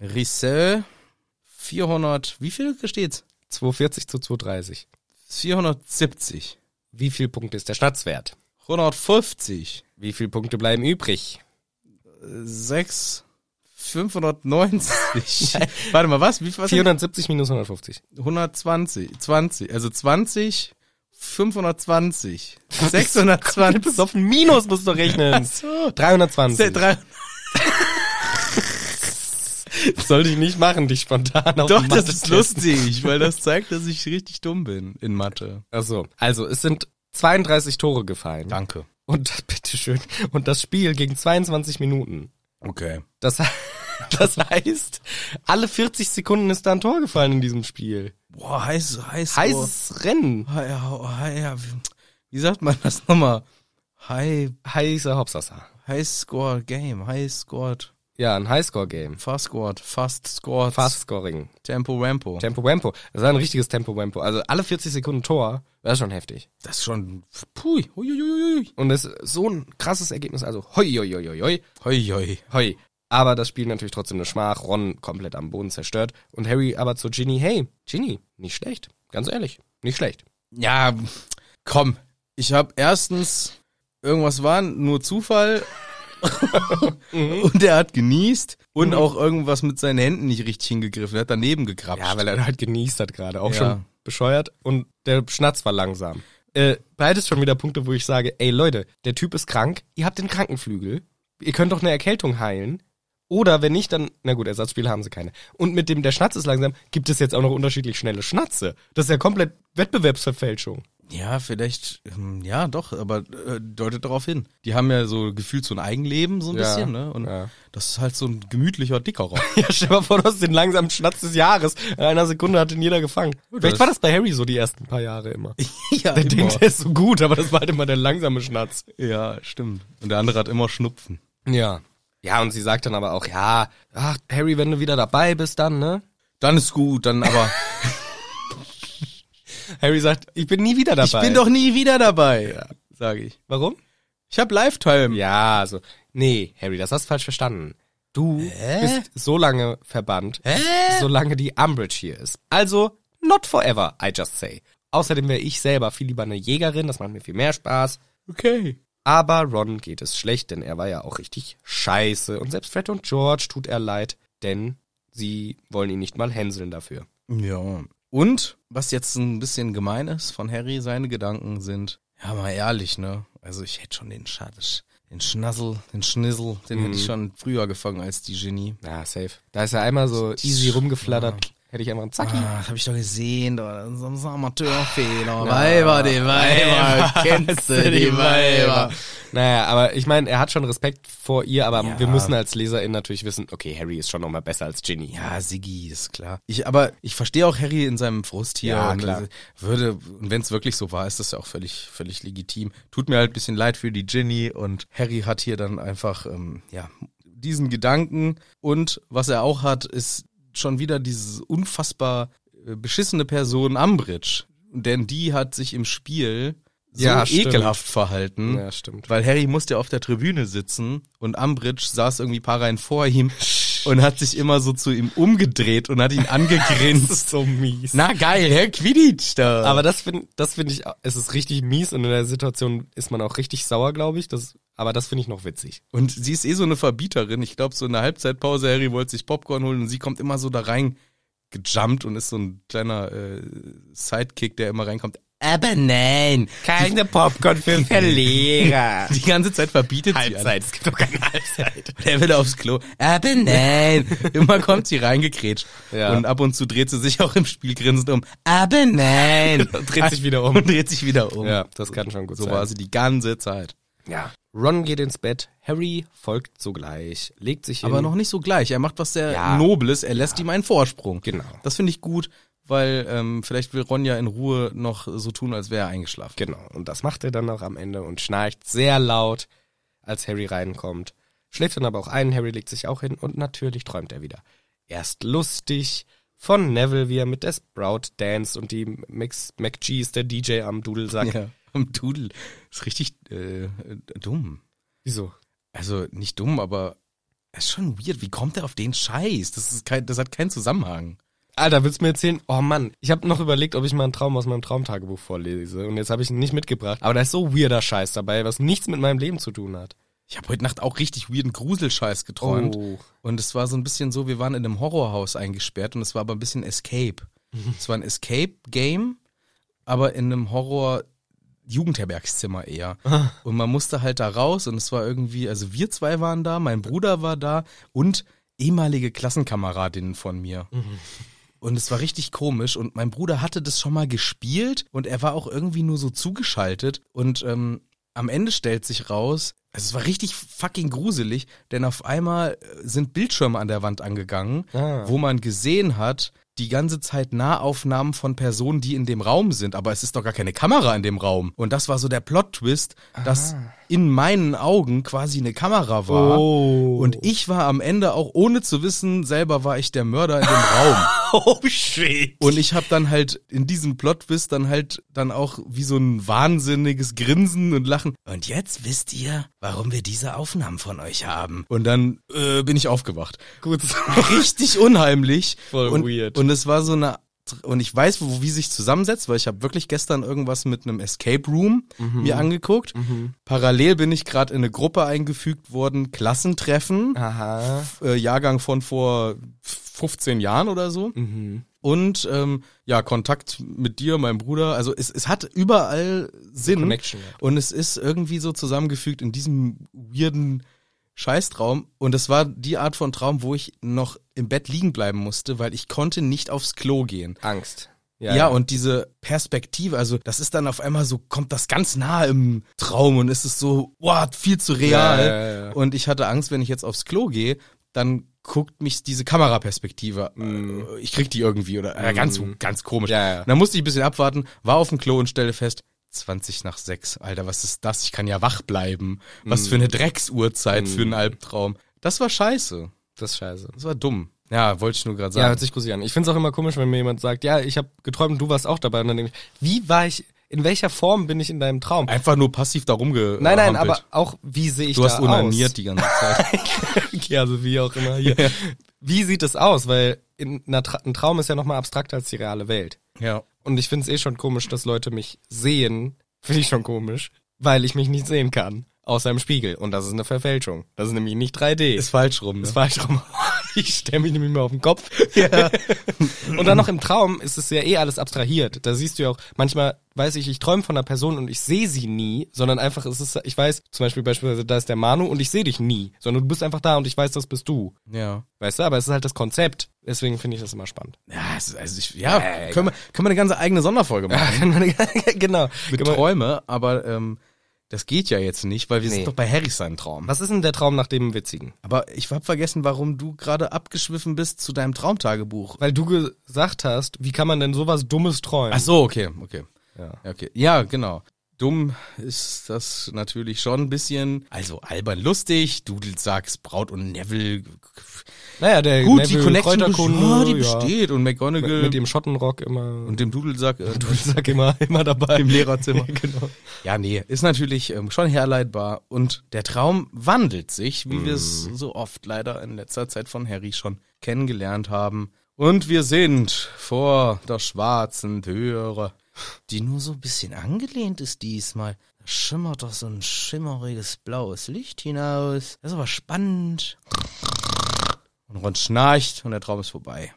Risse 400, wie viel gesteht's?
240 zu 230.
470.
Wie viel Punkte ist der Schnatz wert?
150.
Wie viel Punkte bleiben übrig?
6, *laughs* 590. Warte mal, was? Wie viel was?
470 minus 150.
120, 20, also 20, 520,
*laughs*
620.
auf ein Minus musst du rechnen. *laughs* 320.
300.
Sollte ich nicht machen, dich spontan auf
Doch,
den
das
Mathe-
ist lustig, weil das zeigt, dass ich richtig dumm bin in Mathe.
Ach so. Also, es sind 32 Tore gefallen.
Danke.
Und *laughs* bitteschön. Und das Spiel ging 22 Minuten.
Okay.
Das, he- *laughs* das heißt, alle 40 Sekunden ist da ein Tor gefallen in diesem Spiel.
Boah, heiß, heiß.
Heißes Rennen.
Oh, ja, oh, ja, wie- wie sagt man das nochmal? High,
Heißer Hopsasser.
high score game, high scored,
Ja, ein Highscore-Game.
fast scored, fast scored,
Fast-Scoring.
Tempo Rampo.
Tempo Wampo. Das war ein richtiges Tempo Wampo. Also alle 40 Sekunden Tor, das ist schon heftig.
Das ist schon. Pui. Hui, hui, hui,
Und das ist so ein krasses Ergebnis. Also hoi, hoi, hoi, hoi, hoi,
hui. Hui, hui.
hoi. Aber das Spiel natürlich trotzdem eine Schmach. Ron komplett am Boden zerstört. Und Harry aber zu Ginny. Hey, Ginny, nicht schlecht. Ganz ehrlich, nicht schlecht.
Ja, komm. Ich habe erstens irgendwas war nur Zufall und er hat genießt und auch irgendwas mit seinen Händen nicht richtig hingegriffen. Er hat daneben gekrapscht.
Ja, weil er halt genießt hat gerade. Auch
Ja.
schon bescheuert. Und der Schnatz war langsam. äh, beides schon wieder Punkte, wo ich sage, ey Leute, der Typ ist krank, ihr habt den Krankenflügel, ihr könnt doch eine Erkältung heilen. Oder wenn nicht, dann, na gut, Ersatzspiele haben sie keine. Und mit dem, der Schnatz ist langsam, gibt es jetzt auch noch unterschiedlich schnelle Schnatze. Das ist ja komplett Wettbewerbsverfälschung.
Ja, vielleicht, ähm, ja, doch, aber äh, deutet darauf hin. Die haben ja so gefühlt so ein Eigenleben, so ein
Ja,
bisschen, ne? Und
ja.
das ist halt so ein gemütlicher
*laughs*
Dickerer.
Ja, stell mal vor, du hast den langsamen Schnatz des Jahres. In einer Sekunde hat ihn jeder gefangen. Vielleicht war das bei Harry so die ersten paar Jahre immer.
ja,
Der denkt, der ist so gut, aber das war halt immer der langsame Schnatz.
*laughs* ja, stimmt. Und der andere hat immer Schnupfen.
Ja. Ja, und sie sagt dann aber auch, ja, ach, Harry, wenn du wieder dabei bist, dann, ne?
Dann ist gut, dann aber.
Harry sagt, *laughs* ich bin nie wieder dabei.
nie wieder dabei, ja. sage ich.
Warum?
Ich hab Lifetime.
Ja, so. Nee, Harry, das hast du falsch verstanden. Du bist so lange verbannt, solange die Umbridge hier ist. Also, not forever, I just say. Außerdem wäre ich selber viel lieber eine Jägerin, das macht mir viel mehr Spaß.
Okay.
Aber Ron geht es schlecht, denn er war ja auch richtig scheiße. Und selbst Fred und George tut er leid, denn sie wollen ihn nicht mal hänseln dafür.
Ja. Und was jetzt ein bisschen gemein ist von Harry, seine Gedanken sind, ja mal ehrlich, ne? Also ich hätte schon den Schadisch, den Schnassel, den Schnissel, den
Mhm.
hätte ich schon früher gefangen als die Genie.
Ja, safe. Da ist er einmal so easy rumgeflattert. Hätte ich einfach einen Zacki.
Ah, das hab ich doch gesehen, da das ist ein Amateurfehler.
Weiber,
die
Weiber, kennst du die Weiber. Naja, aber ich meine, er hat schon Respekt vor ihr, aber
Ja.
wir müssen als LeserInnen natürlich wissen, okay, Harry ist schon nochmal besser als Ginny.
Ja, Siggi, ist klar. Ich, aber ich verstehe auch Harry in seinem Frust hier.
Ja,
und
klar.
äh, Würde, und wenn es wirklich so war, ist das ja auch völlig, völlig legitim. Tut mir halt ein bisschen leid für die Ginny und Harry hat hier dann einfach, ähm, ja, diesen Gedanken und was er auch hat, ist schon wieder dieses unfassbar äh, beschissene Person Ambridge. Denn die hat sich im Spiel so
Ja, stimmt.
ekelhaft verhalten.
Ja, *laughs* stimmt.
Weil Harry musste auf der Tribüne sitzen und Umbridge saß irgendwie ein paar Reihen vor ihm und hat sich immer so zu ihm umgedreht und hat
*laughs*
ihn angegrinst.
so mies.
Na geil, Herr Quidditch da.
Aber das finde das find ich, auch- es ist richtig mies und in der Situation ist man auch richtig sauer, glaube ich. Das, aber das finde ich noch witzig.
und sie ist eh so eine Verbieterin. Ich glaube, so in der Halbzeitpause, Harry wollte sich Popcorn holen und sie kommt immer so da rein gejumpt und ist so ein kleiner äh, Sidekick, der immer reinkommt. Aber nein,
Keine Popcorn *laughs* für Verlierer.
*laughs* die ganze Zeit verbietet sie alles.
Halbzeit, es gibt doch keine Halbzeit.
*laughs* Der will aufs Klo. Aber *laughs* nein. Immer kommt sie reingekrätscht.
Ja.
Und ab und zu dreht sie sich auch im Spiel grinsend um. Aber nein.
Und *laughs* dreht sich wieder um.
Und Genau, *laughs* dreht sich wieder um.
Ja, das kann schon gut
So
sein.
war sie die ganze Zeit.
Ja. Ron geht ins Bett, Harry folgt sogleich, legt sich hin.
Aber noch nicht so gleich. Er macht was sehr
Ja.
Nobles. Er lässt ihm einen Vorsprung.
Genau.
Das finde ich gut, weil ähm, vielleicht will Ronja in Ruhe noch so tun, als wäre er eingeschlafen.
Genau, und das macht er dann auch am Ende und schnarcht sehr laut, als Harry reinkommt. Schläft dann aber auch ein, Harry legt sich auch hin und natürlich träumt er wieder. Erst lustig von Neville, wie er mit der Sprout danst und die Max, Mac G ist der DJ am Dudelsack.
Genau. Ja. Am Dudel. Ist richtig äh, äh, dumm.
Wieso?
Also nicht dumm, aber es ist schon weird. Wie kommt er auf den Scheiß? Das, ist kein, das hat keinen Zusammenhang.
Alter, willst du mir erzählen? Oh Mann, ich habe noch überlegt, ob ich mal einen Traum aus meinem Traumtagebuch vorlese und jetzt habe ich ihn nicht mitgebracht. Aber da ist so weirder Scheiß dabei, was nichts mit meinem Leben zu tun hat.
Ich habe heute Nacht auch richtig weirden Gruselscheiß geträumt.
Oh.
Und es war so ein bisschen so, wir waren in einem Horrorhaus eingesperrt und es war aber ein bisschen Escape. es war ein Escape-Game, aber in einem Horror- Jugendherbergszimmer eher. Und man musste halt da raus und es war irgendwie, also wir zwei waren da, mein Bruder war da und ehemalige Klassenkameradinnen von mir. Und es war richtig komisch und mein Bruder hatte das schon mal gespielt und er war auch irgendwie nur so zugeschaltet und ähm, am Ende stellt sich raus, also es war richtig fucking gruselig, denn auf einmal äh, sind Bildschirme an der Wand angegangen,
Ah.
wo man gesehen hat, die ganze Zeit Nahaufnahmen von Personen, die in dem Raum sind, aber es ist doch gar keine Kamera in dem Raum. Und das war so der Plot-Twist, dass in meinen Augen quasi eine Kamera war.
Oh.
Und ich war am Ende auch ohne zu wissen, selber war ich der Mörder in dem Raum.
Oh shit.
Und ich habe dann halt in diesem Plot-Twist dann halt dann auch wie so ein wahnsinniges Grinsen und Lachen. Und jetzt wisst ihr, warum wir diese Aufnahmen von euch haben. Und dann äh, bin ich aufgewacht. *laughs*
Gut.
Richtig unheimlich.
Voll
und,
weird.
Und es war so eine und ich weiß, wo, wie sich zusammensetzt, weil ich habe wirklich gestern irgendwas mit einem Escape Room
Mhm.
mir angeguckt. Parallel bin ich gerade in eine Gruppe eingefügt worden, Klassentreffen
Aha. Mhm.
äh, Jahrgang von vor 15 Jahren oder so. Und ähm, ja, Kontakt mit dir, meinem Bruder. Also es, es hat überall Sinn.
Connection, ja.
Und es ist irgendwie so zusammengefügt in diesem weirden Scheißtraum. Und das war die Art von Traum, wo ich noch im Bett liegen bleiben musste, weil ich konnte nicht aufs Klo gehen.
Angst.
Ja, und diese Perspektive, also das ist dann auf einmal so, kommt das ganz nah im Traum und es ist so, wow, viel zu real.
Ja, ja, ja, ja.
Und ich hatte Angst, wenn ich jetzt aufs Klo gehe, dann guckt mich diese Kameraperspektive, äh, ich krieg die irgendwie oder äh, ganz, ganz komisch.
Mhm. Ja, ja.
Und Dann musste ich ein bisschen abwarten, war auf dem Klo und stellte fest, 20 nach 6, Alter, was ist das? Ich kann ja wach bleiben. Was
Mhm.
für eine Drecksuhrzeit für einen Albtraum. Das war scheiße.
das ist scheiße.
Das war dumm. Ja, wollte ich nur gerade
Ja, hört
sagen.
sich gruselig an. Ich find's auch immer komisch, wenn mir jemand sagt, ja, ich habe geträumt und du warst auch dabei. Und dann denke ich, wie war ich, in welcher Form bin ich in deinem Traum?
Einfach nur passiv da rumge.
Nein, nein,
hampelt.
aber auch, wie sehe ich
Du
da
hast
aus?
unaniert die ganze *laughs* Zeit.
*laughs* okay, also wie auch immer hier. Wie sieht es aus? Weil in einer Tra ein Traum ist ja nochmal abstrakter als die reale Welt.
*laughs* ja.
Und ich find's eh schon komisch, dass Leute mich sehen. Finde ich schon komisch. Weil ich mich nicht sehen kann. Außer im Spiegel. Und das ist eine Verfälschung. Das ist nämlich nicht 3D.
Ist falsch rum. Ne?
Das war ich drum. *laughs* Ich stelle mich nämlich mal auf den Kopf. *laughs* Und dann noch im Traum ist es ja eh alles abstrahiert. Da siehst du ja auch, manchmal weiß ich, ich träume von einer Person und ich sehe sie nie, sondern einfach es ist, ich weiß, zum Beispiel beispielsweise, da ist der Manu und ich sehe dich nie, sondern du bist einfach da und ich weiß, das bist du.
ja.
Weißt du, aber es ist halt das Konzept. Deswegen finde ich das immer spannend. *laughs*
Ja, es ist- also ich, ja, können wir, können wir eine ganze eigene Sonderfolge *laughs* machen.
genau.
Mit Träume, aber ähm, das geht ja jetzt nicht, weil wir
Nee.
sind doch bei Harrys seinem Traum.
Was ist denn der Traum nach dem Witzigen?
Aber ich hab vergessen, warum du gerade abgeschwiffen bist zu deinem Traumtagebuch.
Weil du gesagt hast, wie kann man denn sowas Dummes träumen?
Ach so, okay, okay.
Ja.
Ja, okay. ja, genau. Dumm ist das natürlich schon ein bisschen. Also albern lustig, du sagst Braut und Neville.
Naja, der
Gut, die
Neville
Connection
Kräuterkunde,
ja, die
ja.
besteht. Und McGonagall
Mit, mit dem Schottenrock immer. *laughs*
und dem Dudelsack. Äh,
Sag immer, immer dabei.
Im Lehrerzimmer.
*laughs* genau.
Ja, nee, ist natürlich ähm, schon herleitbar. Und der Traum wandelt sich, wie wir es so oft leider in letzter Zeit von Harry schon kennengelernt haben. Und wir sind vor der schwarzen Türe, die nur so ein bisschen angelehnt ist diesmal. Da Schimmert doch so ein schimmeriges blaues Licht hinaus. Das ist aber spannend. Und Ron schnarcht und der Traum ist vorbei.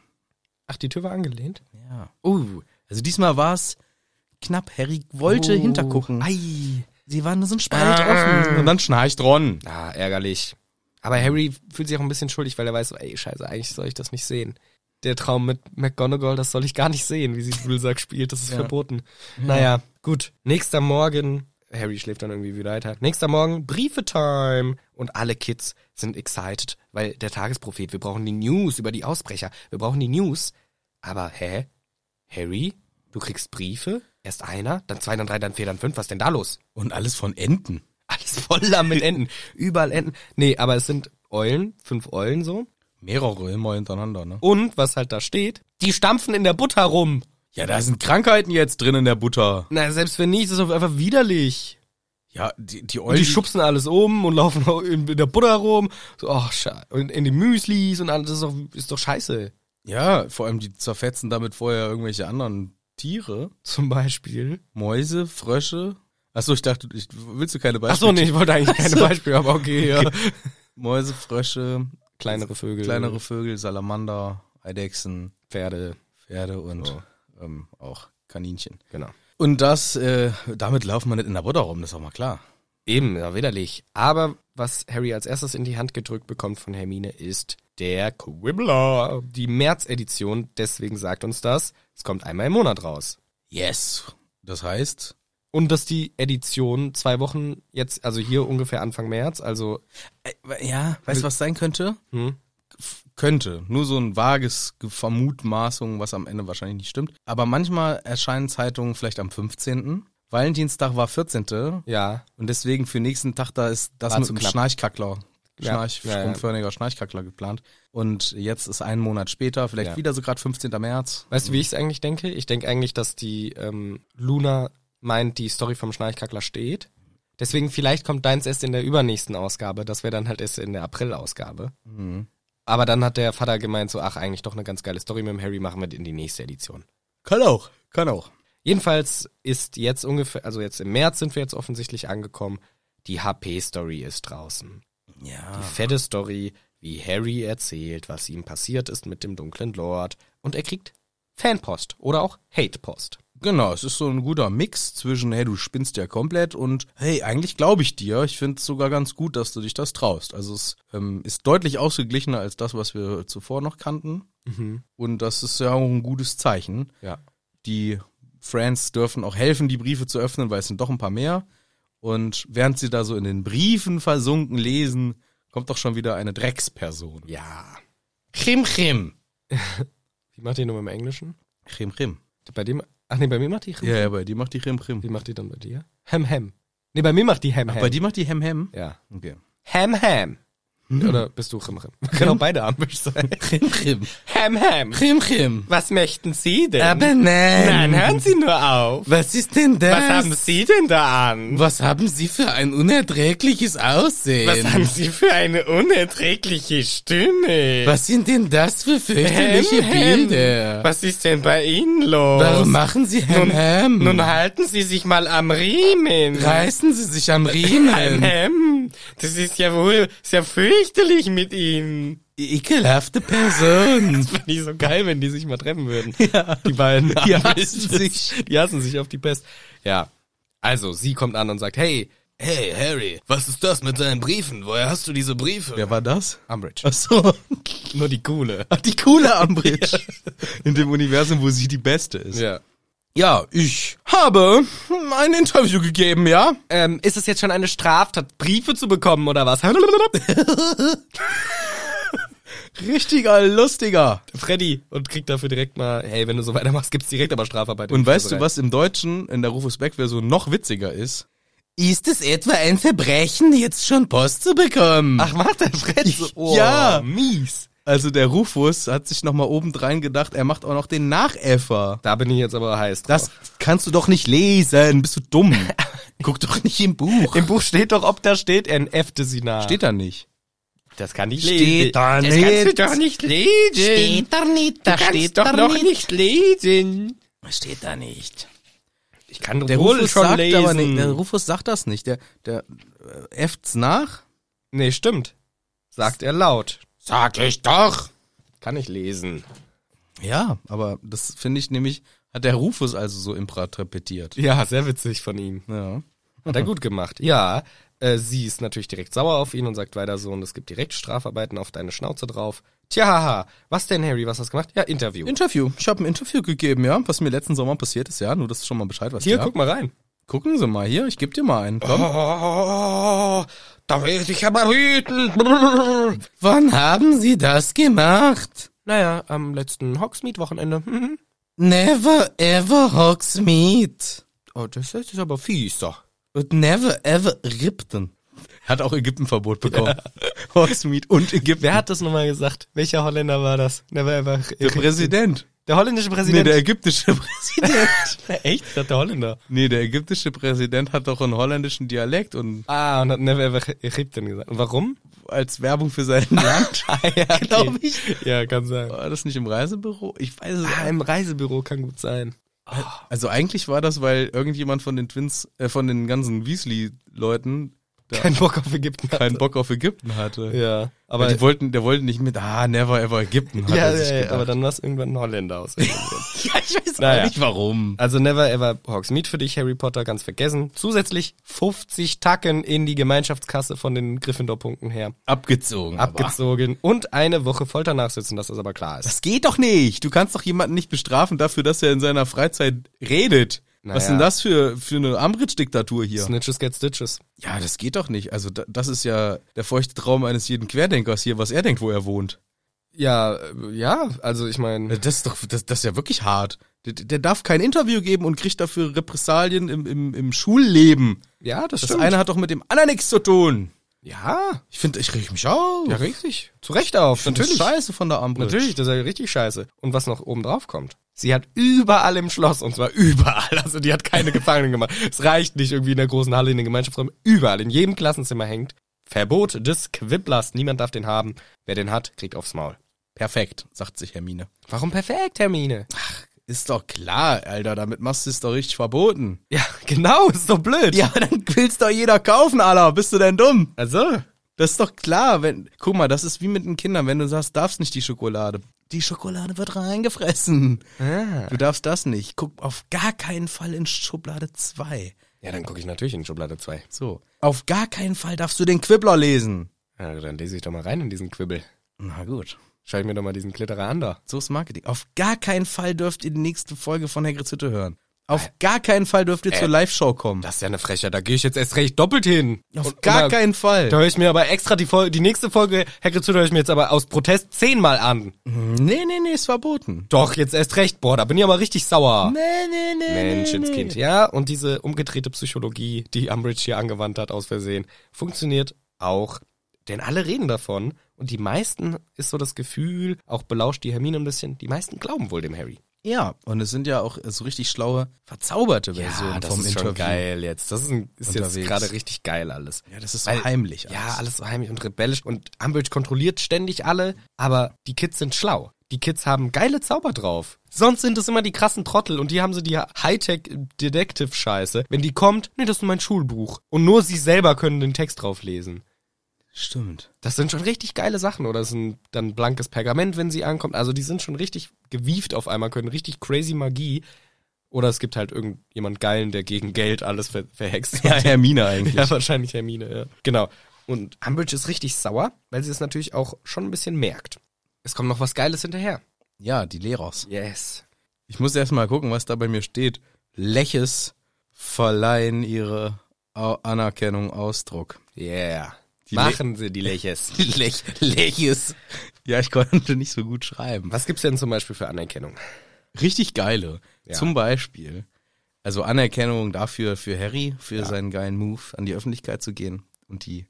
Ach, die Tür war angelehnt?
Ja. Uh, also diesmal war es knapp. Harry wollte
Oh.
hintergucken.
Ei.
Sie waren nur so ein Spalt offen. Und dann schnarcht Ron.
Ah, ärgerlich. Aber Harry fühlt sich auch ein bisschen schuldig, weil er weiß, so, ey, scheiße, eigentlich soll ich das nicht sehen. Der Traum mit McGonagall, das soll ich gar nicht sehen, wie sie Dudelsack spielt, das ist
Ja.
verboten. Naja, gut. Nächster Morgen, Harry schläft dann irgendwie wieder weiter. Nächster Morgen, Briefe-Time. Und alle Kids sind excited, weil der Tagesprophet, wir brauchen die News über die Ausbrecher, wir brauchen die News. Aber hä? Harry, du kriegst Briefe? Erst einer, dann zwei, dann drei, dann vier, dann fünf, was denn da los?
Und alles von Enten.
Alles voller mit Enten. Überall Enten. Nee, aber es sind Eulen, fünf Eulen so.
Mehrere immer hintereinander, ne?
Und was halt da steht, die stampfen in der Butter rum.
Ja, da sind Krankheiten jetzt drin in der Butter.
Na, selbst wenn nicht, ist es doch einfach widerlich.
Ja, die, die
Und
Eulen.
die schubsen alles um und *laughs* laufen auch in, in der Butter rum. So, ach, scheiße. Und in den Müslis und alles. Das ist doch, ist doch scheiße.
ja, vor allem die zerfetzen damit vorher irgendwelche anderen Tiere.
Zum Beispiel.
Mäuse, Frösche. Achso, ich dachte, ich, willst du keine
Ach
Beispiele?
so, nee, ich wollte eigentlich *laughs* keine Beispiele, aber okay, ja.
Mäuse, Frösche,
*laughs* Kleinere Vögel.
kleinere Vögel, Salamander, Eidechsen,
Pferde.
Pferde und ähm, auch Kaninchen.
Genau.
Und das, äh, damit laufen wir nicht in der Butter rum, das ist auch mal klar.
Eben, ja, widerlich. Aber was Harry als erstes in die Hand gedrückt bekommt von Hermine ist der Quibbler. Die März-Edition, deswegen sagt uns das, es kommt einmal im Monat raus.
Yes. Das heißt,
Und dass die Edition zwei Wochen jetzt, also hier ungefähr Anfang März, also
Äh, Ja, weißt du, was sein könnte?
Hm?
F- Könnte. Nur so ein vages Ge- Vermutmaßung, was am Ende wahrscheinlich nicht stimmt. Aber manchmal erscheinen Zeitungen vielleicht am 15. Valentinstag war 14.
ja,
Und deswegen für nächsten Tag, da ist das
War
mit
zu
dem
knapp.
Schnarchkackler.
Ja,
Schnarch,
ja, ja.
stromförmiger Schnarchkackler geplant. Und jetzt ist ein Monat später, vielleicht
Ja.
wieder so gerade 15. März.
Weißt du, wie ich es eigentlich denke? Ich denke eigentlich, dass die ähm, Luna meint, die Story vom Schnarchkackler steht. Deswegen vielleicht kommt deins erst in der übernächsten Ausgabe. Das wäre dann halt erst in der April-Ausgabe. Aber dann hat der Vater gemeint, so, ach, eigentlich doch eine ganz geile Story mit dem Harry, machen wir in die nächste Edition.
Kann auch, kann auch.
Jedenfalls ist jetzt ungefähr, also jetzt im März sind wir jetzt offensichtlich angekommen, die HP-Story ist draußen.
Ja.
Die fette Story, wie Harry erzählt, was ihm passiert ist mit dem dunklen Lord. Und er kriegt Fanpost oder auch Hatepost.
Genau, es ist so ein guter Mix zwischen, hey, du spinnst ja komplett und hey, eigentlich glaube ich dir. Ich finde es sogar ganz gut, dass du dich das traust. Also es ähm, ist deutlich ausgeglichener als das, was wir zuvor noch kannten. Und das ist ja auch ein gutes Zeichen.
Ja.
Die Friends dürfen auch helfen, die Briefe zu öffnen, weil es sind doch ein paar mehr. Und während sie da so in den Briefen versunken lesen, kommt doch schon wieder eine Drecksperson.
Ja.
Chim Chim.
Wie macht ihr nur im Englischen?
Chim Chim.
Bei dem. Ach nee, bei mir macht die.
Ja, ja, bei dir macht die Chim Chim.
Wie macht die dann bei dir? Hem Hem. Nee, bei mir macht die Hem Hem.
Bei dir macht die Hem Hem.
Ja.
Okay.
Ham Ham.
Mhm.
Oder bist du Rim *laughs* Rim? Kann auch beide
*laughs*
Amish sein.
Chim Chim.
Ham Ham.
Chim Chim.
Was möchten Sie denn?
nein.
Nein, hören Sie nur auf.
Was ist denn das?
Was haben Sie denn da an?
Was haben Sie für ein unerträgliches Aussehen?
Was haben Sie für eine unerträgliche Stimme?
Was sind denn das für fürchterliche
Hem.
Bilder?
Was ist denn bei Ihnen los?
Warum machen Sie Hem
nun,
Hem?
nun halten Sie sich mal am Riemen.
Reißen Sie sich am Riemen.
Hem, das ist ja wohl sehr fürchterlich mit Ihnen.
Ekelhafte Person.
Fände ich so geil, wenn die sich mal treffen würden. Ja. Die beiden.
Die
Amish.
hassen sich.
Die hassen sich auf die Pest. Ja. Also, sie kommt an und sagt, hey,
Hey, Harry, was ist das mit deinen Briefen? Woher hast du diese Briefe? Wer war das?
Umbridge.
Ach so,
Nur die coole.
die coole Ambridge. In dem Universum, wo sie die Beste ist.
Ja.
Ja, ich habe ein Interview gegeben, ja?
Ähm, ist es jetzt schon eine Straftat, Briefe zu bekommen oder was?
Richtiger, lustiger.
*laughs* Freddy und kriegt dafür direkt mal, hey, wenn du so weitermachst, gibt's direkt aber Strafarbeit.
Und weißt du, was im Deutschen in der Rufus Beck-Version noch witziger ist? Ist es etwa ein Verbrechen, jetzt schon Post zu bekommen? Ach,
Ach, macht der Freddy so? Oh,
Ja.
mies.
also der Rufus hat sich nochmal obendrein gedacht, er macht auch noch den Nachäffer.
Da bin ich jetzt aber heiß drauf.
Das kannst du doch nicht lesen, bist du *laughs* dumm. Guck doch nicht im Buch.
Im Buch steht doch, ob da steht, ein Fte sie nach.
Steht da nicht.
das kann ich
Steht da
das
nicht.
kannst du doch nicht lesen.
da nicht,
du kannst doch noch nicht lesen.
Steht da nicht.
Ich kann
Der
wohl
Rufus
schon
sagt
lesen.
aber nicht, der Rufus sagt das nicht. Der, der äh, äfft's nach.
nee, stimmt. Sagt er laut.
Sag ich doch.
Kann ich lesen.
Ja, aber das finde ich nämlich, hat der Rufus also so impratrepetiert.
Ja, sehr witzig von ihm.
Ja.
Hat er gut gemacht. Ja, äh, sie ist natürlich direkt sauer auf ihn und sagt weiter so, und es gibt direkt Strafarbeiten auf deine Schnauze drauf. Tja, haha. was denn, Harry, was hast du gemacht? Ja, Interview.
Interview. Ich habe ein Interview gegeben, ja, was mir letzten Sommer passiert ist, ja, nur dass du schon mal Bescheid weißt.
Hier,
ja.
guck mal rein.
Gucken Sie mal hier, ich geb dir mal einen. Komm.
Oh, da werde ich aber wütend.
Wann haben Sie das gemacht?
*laughs* Naja, am letzten Hogsmeade-Wochenende. Mhm.
Never ever Hogsmeade.
Oh, das ist aber fieser.
Und never ever Ägypten. Hat auch Ägyptenverbot *laughs* bekommen. Hogsmeade und Ägypten.
Wer hat das nochmal gesagt? Welcher Holländer war das? Never ever.
der Präsident.
Der holländische
Nee,
Präsident.
der ägyptische *laughs* Präsident.
*laughs* Echt? Das hat der Holländer.
*laughs* nee, der ägyptische Präsident hat doch einen holländischen Dialekt und
Ah, und hat Never ever Ägypten gesagt. Und warum?
als Werbung für *laughs* sein Land,
*laughs* ja,
glaube ich.
Ja, kann sein.
War das nicht im Reisebüro? Ich weiß es
Ah, im Reisebüro kann gut sein.
Also eigentlich war das, weil irgendjemand von den Twins, äh, von den ganzen Weasley-Leuten da
Kein Bock auf Ägypten.
keinen Bock auf Ägypten hatte.
Ja,
Aber
aber,
die wollten, der wollte nicht mit, ah, never ever Ägypten, hat
ja,
er sich
ja, ja,
gedacht.
aber dann war es irgendwann ein Holländer *laughs*
*laughs*
aus.
ja, ich weiß
Naja.
auch nicht warum.
also never ever Hogsmeade für dich, Harry Potter, ganz vergessen. Zusätzlich 50 Tacken in die Gemeinschaftskasse von den Gryffindor-Punkten her.
Abgezogen. aber.
Abgezogen und eine Woche Folter nachsitzen, dass das aber klar ist.
Das geht doch nicht. Du kannst doch jemanden nicht bestrafen dafür, dass er in seiner Freizeit redet. Was
Naja.
ist denn das für, für eine Ambridge-Diktatur hier?
Snitches get stitches.
Ja, das geht doch nicht. Also da, das ist ja der feuchte Traum eines jeden Querdenkers hier, was er denkt, wo er wohnt.
Ja, äh, ja, also ich meine,
Das ist doch, das, das ist ja wirklich hart. Der, der darf kein Interview geben und kriegt dafür Repressalien im, im, im Schulleben.
ja, das,
Das
stimmt.
eine hat doch mit dem anderen nichts zu tun.
ja,
Ich finde, ich reg mich auf.
ja, richtig. Zu Recht auf,
Find das
natürlich.
Scheiße von der Ambridge.
Natürlich, das ist ja richtig scheiße. Und was noch oben drauf kommt? Sie hat überall im Schloss, und zwar überall, also die hat
*laughs*
keine Gefangenen gemacht. Es reicht nicht irgendwie in der großen Halle, in den Gemeinschaftsräumen, überall, in jedem Klassenzimmer hängt. Verbot des Quibblers, niemand darf den haben. Wer den hat, kriegt aufs Maul.
Perfekt, sagt sich Hermine.
Warum perfekt, Hermine?
Ist doch klar, Alter, damit machst du es doch richtig verboten.
Ja, *laughs* genau, ist doch blöd.
Ja, *laughs* aber dann will's doch jeder kaufen, Alter. Bist du denn dumm?
Also,
Das ist doch klar, wenn. Guck mal, das ist wie mit den Kindern, wenn du sagst, darfst nicht die Schokolade. Die Schokolade wird reingefressen.
Ah.
Du darfst das nicht. Guck auf gar keinen Fall in Schublade 2.
Ja, dann gucke ich natürlich in Schublade 2.
So. Auf gar keinen Fall darfst du den Quibbler lesen.
Ja, dann lese ich doch mal rein in diesen Quibbel.
Na gut.
Schau ich mir doch mal diesen Klitterer an da.
So ist Marketing. Auf gar keinen Fall dürft ihr die nächste Folge von Herr Hütte hören. Auf gar keinen Fall dürft ihr zur Live-Show kommen.
Das ist ja eine Freche, Äh. da gehe ich jetzt erst recht doppelt hin.
Auf
Und-
gar
und da-
keinen Fall.
Da höre ich mir aber extra die Folge, die nächste Folge, Herr Gritzuda, höre ich mir jetzt aber aus Protest zehnmal an.
Nee, nee, nee, ist verboten.
Doch, jetzt erst recht. Boah, da bin ich aber richtig sauer.
Nee, nee, nee.
Menschenskind. Ja, und diese umgedrehte Psychologie, die Umbridge hier angewandt hat aus Versehen, funktioniert auch. Denn alle reden davon und die meisten ist so das Gefühl, auch belauscht die Hermine ein bisschen, die meisten glauben wohl dem Harry.
Ja, und es sind ja auch äh, so richtig schlaue, verzauberte Versionen vom Interview.
geil jetzt. Das ist, ein, ist jetzt
Unterwegs.
gerade richtig geil alles.
Ja, das ist so
Weil-
heimlich.
Ja, alles so heimlich und rebellisch und Umbridge kontrolliert ständig alle, aber die Kids sind schlau. Die Kids haben geile Zauber drauf. Sonst sind es immer die krassen Trottel und die haben so die Hightech-Detective-Scheiße. Wenn die kommt, nee, das ist mein Schulbuch. Und nur sie selber können den Text drauf lesen.
Stimmt.
Das sind schon richtig geile Sachen. Oder es ist ein, dann blankes Pergament, wenn sie ankommt. Also die sind schon richtig gewieft auf einmal, können richtig crazy Magie. Oder es gibt halt irgendjemand Geilen, der gegen Geld alles ver verhext.
Ja, Hermine eigentlich.
Ja, wahrscheinlich Hermine, ja. Genau. Und Umbridge ist richtig sauer, weil sie es natürlich auch schon ein bisschen merkt. Es kommt noch was Geiles hinterher.
Ja, die Leros.
Yes.
Ich muss erst mal gucken, was da bei mir steht. Leches verleihen ihre Au- Anerkennung Ausdruck.
Yeah.
Die
Machen sie
*laughs*
die Leches.
Lech, Leches. Ja, ich konnte nicht so gut schreiben.
Was gibt's denn zum Beispiel für Anerkennung?
richtig geile.
Ja.
Zum Beispiel, also Anerkennung dafür für Harry, für seinen geilen Move, an die Öffentlichkeit zu gehen. Und die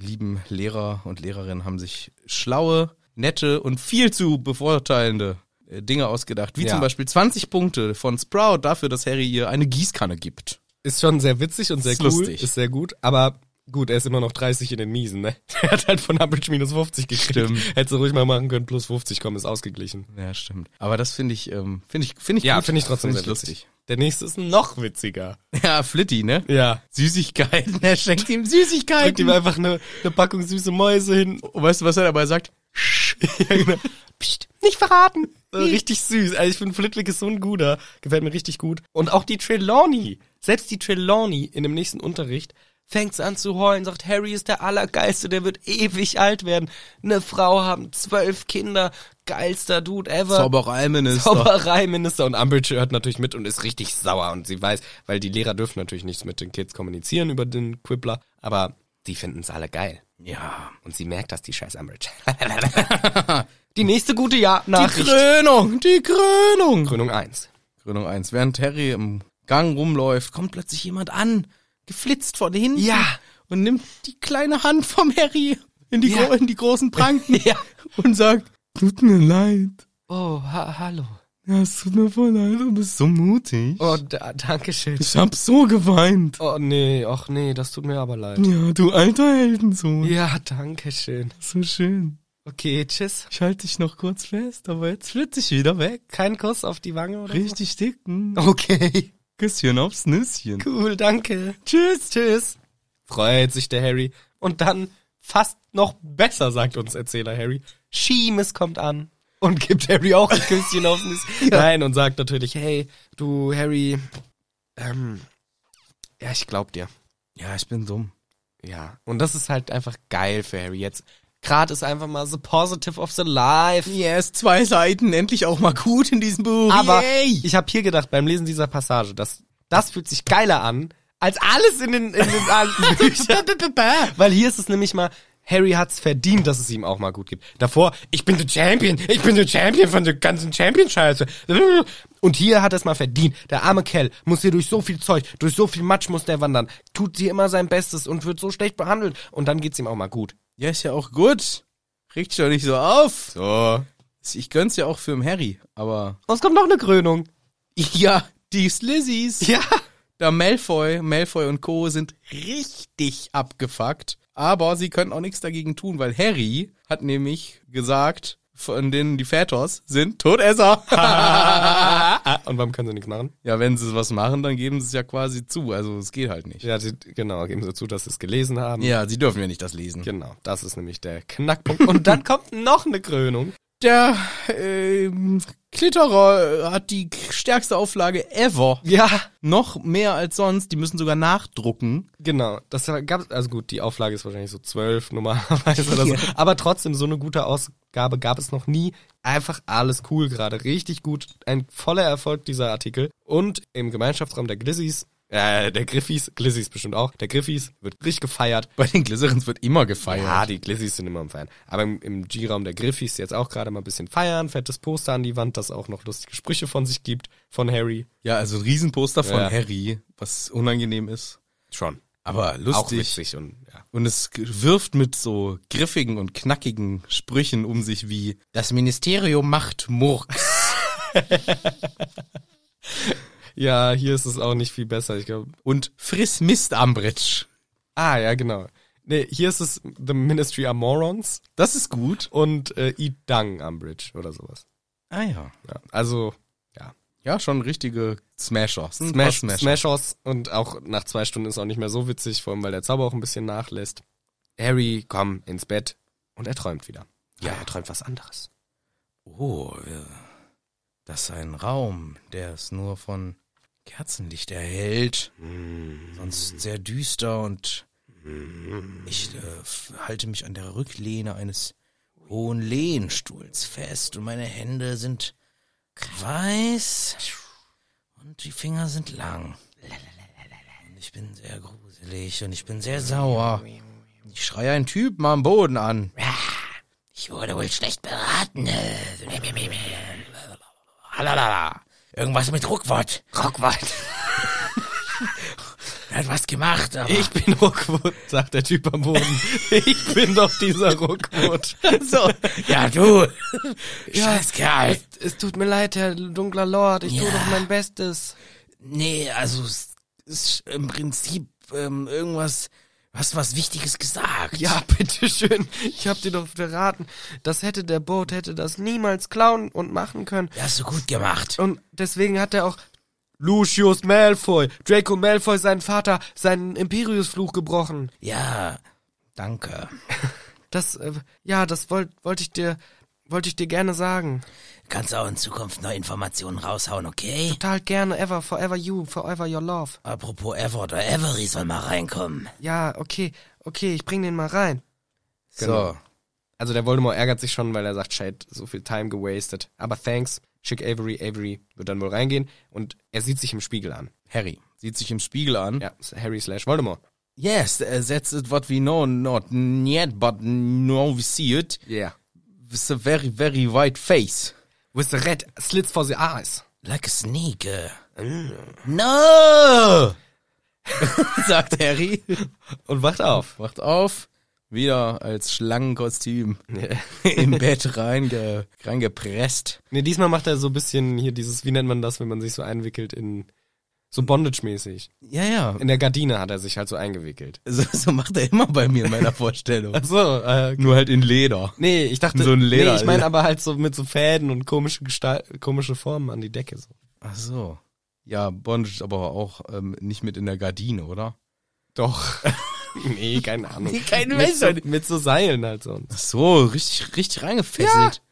lieben Lehrer und Lehrerinnen haben sich schlaue, nette und viel zu bevorteilende äh, Dinge ausgedacht. Wie
Ja.
zum Beispiel 20 Punkte von Sprout dafür, dass Harry ihr eine Gießkanne gibt.
Ist schon sehr witzig und sehr
Ist
cool.
lustig.
Ist sehr gut, aber gut, er ist immer noch 30 in den Miesen, ne? *laughs* Er hat halt von Umbridge minus 50 gekriegt.
Stimmt.
Hätte sie ruhig mal machen können, plus 50 kommen, ist ausgeglichen.
Ja, stimmt. Aber das finde ich, ähm, finde ich, finde ich
Ja,
gut.
finde ich trotzdem
Find
sehr lustig. Der nächste ist noch witziger.
Ja, Flitty, ne?
Ja.
Süßigkeiten, *laughs* er schenkt ihm
Drückt ihm
Süßigkeiten.
einfach eine, eine Packung süße Mäuse hin
Und weißt du, was er dabei sagt?
ja, genau. Psst, nicht verraten. Äh, richtig süß. Also ich finde Flitwick ist so ein guter. Gefällt mir richtig gut. Und auch die Trelawney. Selbst die Trelawney in dem nächsten Unterricht fängt an zu heulen, sagt, Harry ist der Allergeilste, der wird ewig alt werden. Eine Frau haben, zwölf Kinder, geilster Dude ever.
Zaubereiminister.
Zaubereiminister und Umbridge hört natürlich mit und ist richtig sauer und sie weiß, weil die Lehrer dürfen natürlich nichts mit den Kids kommunizieren über den Quibbler, aber die finden es alle geil.
Ja.
Und sie merkt, dass die scheiß Umbridge. *laughs* die nächste gute Ja-Nachricht.
Krönung, die Krönung.
Krönung 1.
Krönung 1. Während Harry im Gang rumläuft, kommt plötzlich jemand an, geflitzt von hinten
Ja.
und nimmt die kleine Hand vom Harry in die,
Ja.
gro in die großen *laughs* Pranken
*laughs* Ja.
und sagt, tut mir leid.
Oh, ha hallo.
Ja, es tut mir voll leid, du bist so mutig.
Oh, da, danke schön.
Ich hab so geweint.
Oh, nee, ach nee, das tut mir aber leid.
Ja, du alter Heldensohn.
Ja, danke schön.
So schön.
Okay, tschüss.
Ich halte dich noch kurz fest, aber jetzt flitze ich wieder weg.
Kein Kuss auf die Wange oder
Richtig dicken.
so? Okay.
Küsschen aufs Nüsschen.
Cool, danke. Tschüss, tschüss. Freut sich der Harry. Und dann, fast noch besser, sagt uns Erzähler Harry, Schiemes kommt an. Und gibt Harry auch ein Küsschen auf den Nein, und sagt natürlich, hey, du Harry, ähm, ja, ich glaub dir.
Ja, ich bin dumm.
Ja, und das ist halt einfach geil für Harry jetzt. Grad ist einfach mal the positive of the life.
Yes, zwei Seiten, endlich auch mal gut in diesem Buch.
Aber
Yay.
ich habe hier gedacht, beim Lesen dieser Passage, dass das fühlt sich geiler an, als alles in den, in den alten Büchern. *laughs* Weil hier ist es nämlich mal, Harry hat's verdient, dass es ihm auch mal gut geht. Davor, ich bin der Champion, ich bin der Champion von der ganzen Champion-Scheiße. Und hier hat er es mal verdient. Der arme Kerl muss hier durch so viel Zeug, durch so viel Matsch muss der wandern, tut hier immer sein Bestes und wird so schlecht behandelt. Und dann geht's ihm auch mal gut.
ja, ist ja auch gut. Regt dich doch nicht so auf.
So.
Ich gönn's ja auch für den Harry, aber
Und es kommt noch eine Krönung.
*laughs* ja, die Slizzies,
Ja.
da Malfoy, Malfoy und Co. sind richtig abgefuckt, aber sie können auch nichts dagegen tun, weil Harry hat nämlich gesagt, von denen die Phatos sind *laughs* Todesser.
Und warum können sie nichts machen?
ja, wenn sie was machen, dann geben sie es ja quasi zu, also es geht halt nicht.
Ja, die, genau, geben sie zu, dass sie es gelesen haben.
Ja, sie dürfen ja nicht das lesen.
*laughs* Genau, das ist nämlich der Knackpunkt. Und dann kommt noch eine Krönung.
der ähm, Klitterer hat die stärkste Auflage ever.
Ja,
Noch mehr als sonst. Die müssen sogar nachdrucken.
genau. Das gab also gut, die Auflage ist wahrscheinlich so zwölf normalerweise oder so. Aber trotzdem, so eine gute Ausgabe gab es noch nie. Einfach alles cool gerade. Richtig gut. Ein voller Erfolg dieser Artikel. Und im Gemeinschaftsraum der Glizzies, äh, der Griffis, Glizzies bestimmt auch, der Griffis wird richtig gefeiert. halt
Bei den Glycerins wird immer gefeiert.
Ja, die Glizzies sind immer am Feiern. Aber im, im G-Raum der Griffis jetzt auch gerade mal ein bisschen feiern, fettes Poster an die Wand, das auch noch lustige Sprüche von sich gibt, von Harry.
Ja, also ein Riesenposter von
Ja.
Harry, was unangenehm ist.
Schon.
Aber
Auch
lustig.
witzig und ja.
Und es wirft mit so griffigen und knackigen Sprüchen um sich wie Das Ministerium macht *laughs* Murks.
Ja, hier ist es auch nicht viel besser. Ich glaube.
und friss Mist Ambridge.
Ah, ja, genau. Nee, hier ist es The Ministry of Morons
Das ist gut.
und äh, Eat Dung am Bridge oder sowas.
Ah ja.
Ja, also
Ja, schon richtige Smasher.
Hm, Smash,
Smasher.
Smashers und auch nach zwei Stunden ist auch nicht mehr so witzig, vor allem weil der Zauber auch ein bisschen nachlässt. Harry, komm ins Bett und er träumt wieder. Ja, er träumt was anderes.
Oh, äh, das ist ein Raum, der es nur von Kerzenlicht erhält. Sonst sehr düster und ich äh, f- halte mich an der Rücklehne eines hohen Lehnstuhls fest und meine Hände sind weiß und die Finger sind lang. Und ich bin sehr gruselig und ich bin sehr sauer. Ich schreie einen Typen am Boden an. Ich wurde wohl schlecht beraten. Halalala. Irgendwas mit Ruckwort. Ruckwort. *laughs* Er hat was gemacht, aber
Ich bin Rockwood, sagt der Typ am *laughs* Boden. Ich bin doch dieser Rockwood. so,
ja du. Scheiß Kerl.
es tut mir leid, Herr dunkler Lord, ich
tu doch mein
Bestes.
Nee, also es ist im Prinzip ähm, irgendwas, hast was Wichtiges gesagt.
Ja, *laughs* bitteschön. Ich hab dir doch verraten, das hätte der Boot hätte das niemals klauen und machen können.
Das hast du gut gemacht.
Und deswegen hat er auch Lucius Malfoy, Draco Malfoy, seinen Vater, seinen Imperiusfluch gebrochen.
Ja, danke.
Das, äh, ja, das wollte wollt ich dir, wollte ich dir gerne sagen.
Kannst auch in Zukunft neue Informationen raushauen, okay?
Total gerne, ever, forever you, forever your love.
Apropos Ever oder Every soll mal reinkommen.
Ja, okay, okay, ich bring den mal rein.
So.
Genau. Also der Voldemort ärgert sich schon, weil er sagt, shit, so viel Time gewastet. Aber thanks, schick Avery, Avery wird dann wohl reingehen und er sieht sich im Spiegel an.
Harry sieht sich im Spiegel an.
Ja, Harry slash Voldemort.
Yes, uh, that's it what we know, not yet, but now we see it.
Yeah.
It's a very, very white face.
With the red slits for the eyes.
Like a snake. uh. No! *laughs* sagt Harry.
Und wacht auf.
Wacht auf. Wieder als Schlangenkostüm *laughs* im Bett reinge reingepresst.
Nee, diesmal macht er so ein bisschen hier dieses, wie nennt man das, wenn man sich so einwickelt in, so Bondage-mäßig.
Ja, ja.
In der Gardine hat er sich halt so eingewickelt.
So, so macht er immer bei mir in meiner Vorstellung.
So, äh,
*laughs* Nur halt in Leder.
nee, ich dachte,
So ein Leder-
nee, ich meine aber halt so mit so Fäden und komische Gestalt, komische Formen an die Decke so.
Ach so. Ja, Bondage ist aber auch ähm, nicht mit in der Gardine, oder?
Doch. *laughs* nee, keine Ahnung.
Nee, kein
mit,
Mensch.
so, mit so Seilen halt so. *laughs*
Ach so, richtig, richtig reingefesselt.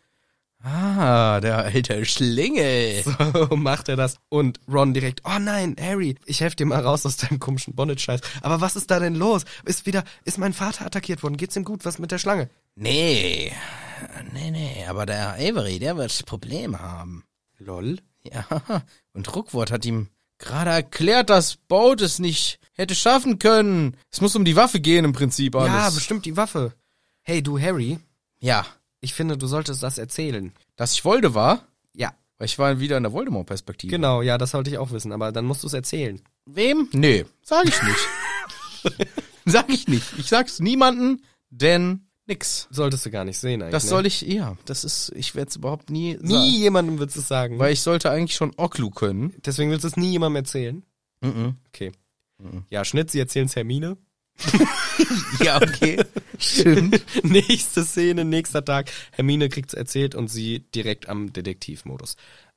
Ah, der alte Schlingel.
So macht er das. Und Ron direkt, oh nein, Harry, ich helf dir mal raus aus deinem komischen Bonnet-Scheiß. Aber was ist da denn los? Ist wieder, ist mein Vater attackiert worden? Geht's ihm gut? Was mit der Schlange?
Nee, nee, nee, aber der Avery, der wird Probleme haben.
Lol.
Ja, *laughs* und Ruckwort hat ihm gerade erklärt, dass Boat es nicht hätte schaffen können. Es muss um die Waffe gehen im Prinzip alles.
Ja, bestimmt die Waffe. Hey, du Harry,
Ja,
ich finde, du solltest das erzählen.
dass ich Wolde war,
Ja,
weil ich war wieder in der Voldemort-Perspektive.
genau, ja, das sollte ich auch wissen, aber dann musst du es erzählen.
Wem? Nee, sag ich nicht.
*laughs*
sag ich nicht. Ich sag's niemanden, denn nix.
Solltest du gar nicht sehen eigentlich.
Das
ne?
soll ich, ja, das ist, ich werd's überhaupt nie,
Nie
sagen.
jemandem willst du es sagen.
Weil ich sollte eigentlich schon Oklu
*laughs*
können.
Deswegen willst du es nie jemandem erzählen.
Mhm.
Okay. Ja, Schnitt, sie erzählen's Hermine.
Ja, okay.
*laughs*
Stimmt.
Nächste Szene, nächster Tag. Hermine kriegt's erzählt und sie direkt am Detektivmodus.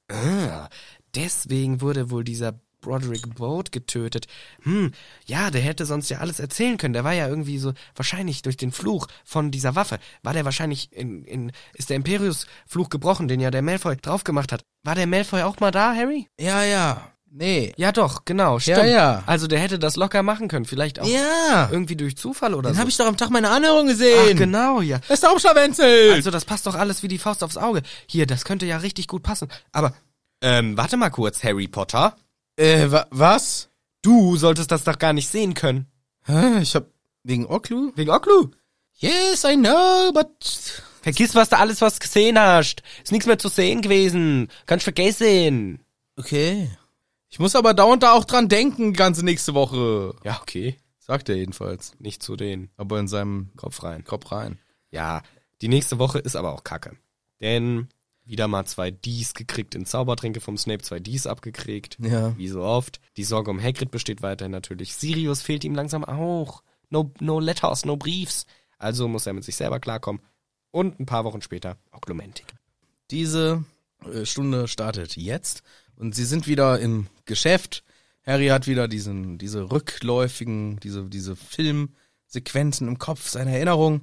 Ah, deswegen wurde wohl dieser Broderick Boat getötet. Hm, ja, der hätte sonst ja alles erzählen können. Der war ja irgendwie so, wahrscheinlich durch den Fluch von dieser Waffe, war der wahrscheinlich in, in, ist der Imperius-Fluch gebrochen, den ja der Malfoy drauf gemacht hat. War der Malfoy auch mal da, Harry?
Ja, ja. Nee.
Ja, doch, genau, stimmt.
ja.
Also der hätte das locker machen können, vielleicht auch
Ja.
irgendwie durch Zufall oder
Den
so.
habe ich doch am Tag meiner Anhörung
Ach,
gesehen.
genau, ja.
Das ist doch Schlawenzel.
Also das passt doch alles wie die Faust aufs Auge. Hier, das könnte ja richtig gut passen. Aber, ähm, warte mal kurz, Harry Potter.
äh, wa was?
Du solltest das doch gar nicht sehen können.
Hä? Ich hab wegen Oklu?
Wegen Oklu.
Yes, I know, but
Vergiss, was du alles was gesehen hast. Ist nichts mehr zu sehen gewesen. Kannst vergessen.
okay. Ich muss aber dauernd da auch dran denken, ganze nächste Woche.
Ja, okay.
Sagt er jedenfalls.
Nicht zu den
Aber in seinem
Kopf rein.
Kopf rein.
Ja, die nächste Woche ist aber auch kacke. Denn wieder mal zwei Ds gekriegt in Zaubertränke vom Snape, zwei Ds abgekriegt.
Ja.
Wie so oft. Die Sorge um Hagrid besteht weiterhin natürlich. Sirius fehlt ihm langsam auch. No, no letters, no briefs. Also muss er mit sich selber klarkommen. Und ein paar Wochen später Oklumentik.
Diese äh, Stunde startet jetzt und sie sind wieder im Geschäft. Harry hat wieder diesen, diese rückläufigen, diese, diese Filmsequenzen im Kopf seiner Erinnerung.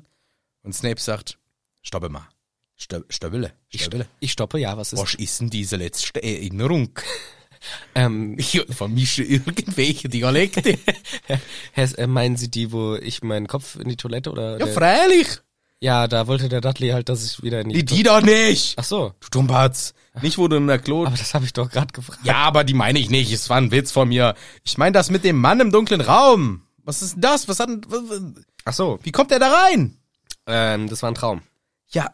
Und Snape sagt, stoppe mal. Stöb, stöbele, stöbele.
Ich stoppe, ja, was ist?
Was ist denn diese letzte Erinnerung? *laughs*
Ähm,
Ich vermische irgendwelche Dialekte.
Hess, äh, meinen Sie die, wo ich meinen Kopf in die Toilette oder?
ja,
der-
freilich.
ja, da wollte der Dudley halt, dass ich wieder in die.
Die, die doch nicht.
Ach so,
Du Dummbatz. Nicht, wo du in der Klo...
aber das habe ich doch gerade gefragt.
Ja, aber die meine ich nicht. Es war ein Witz von mir. Ich meine das mit dem Mann im dunklen Raum. Was ist denn das? Was hat denn, w- w-
Ach so,
Wie kommt der da rein?
ähm, das war ein Traum.
Ja.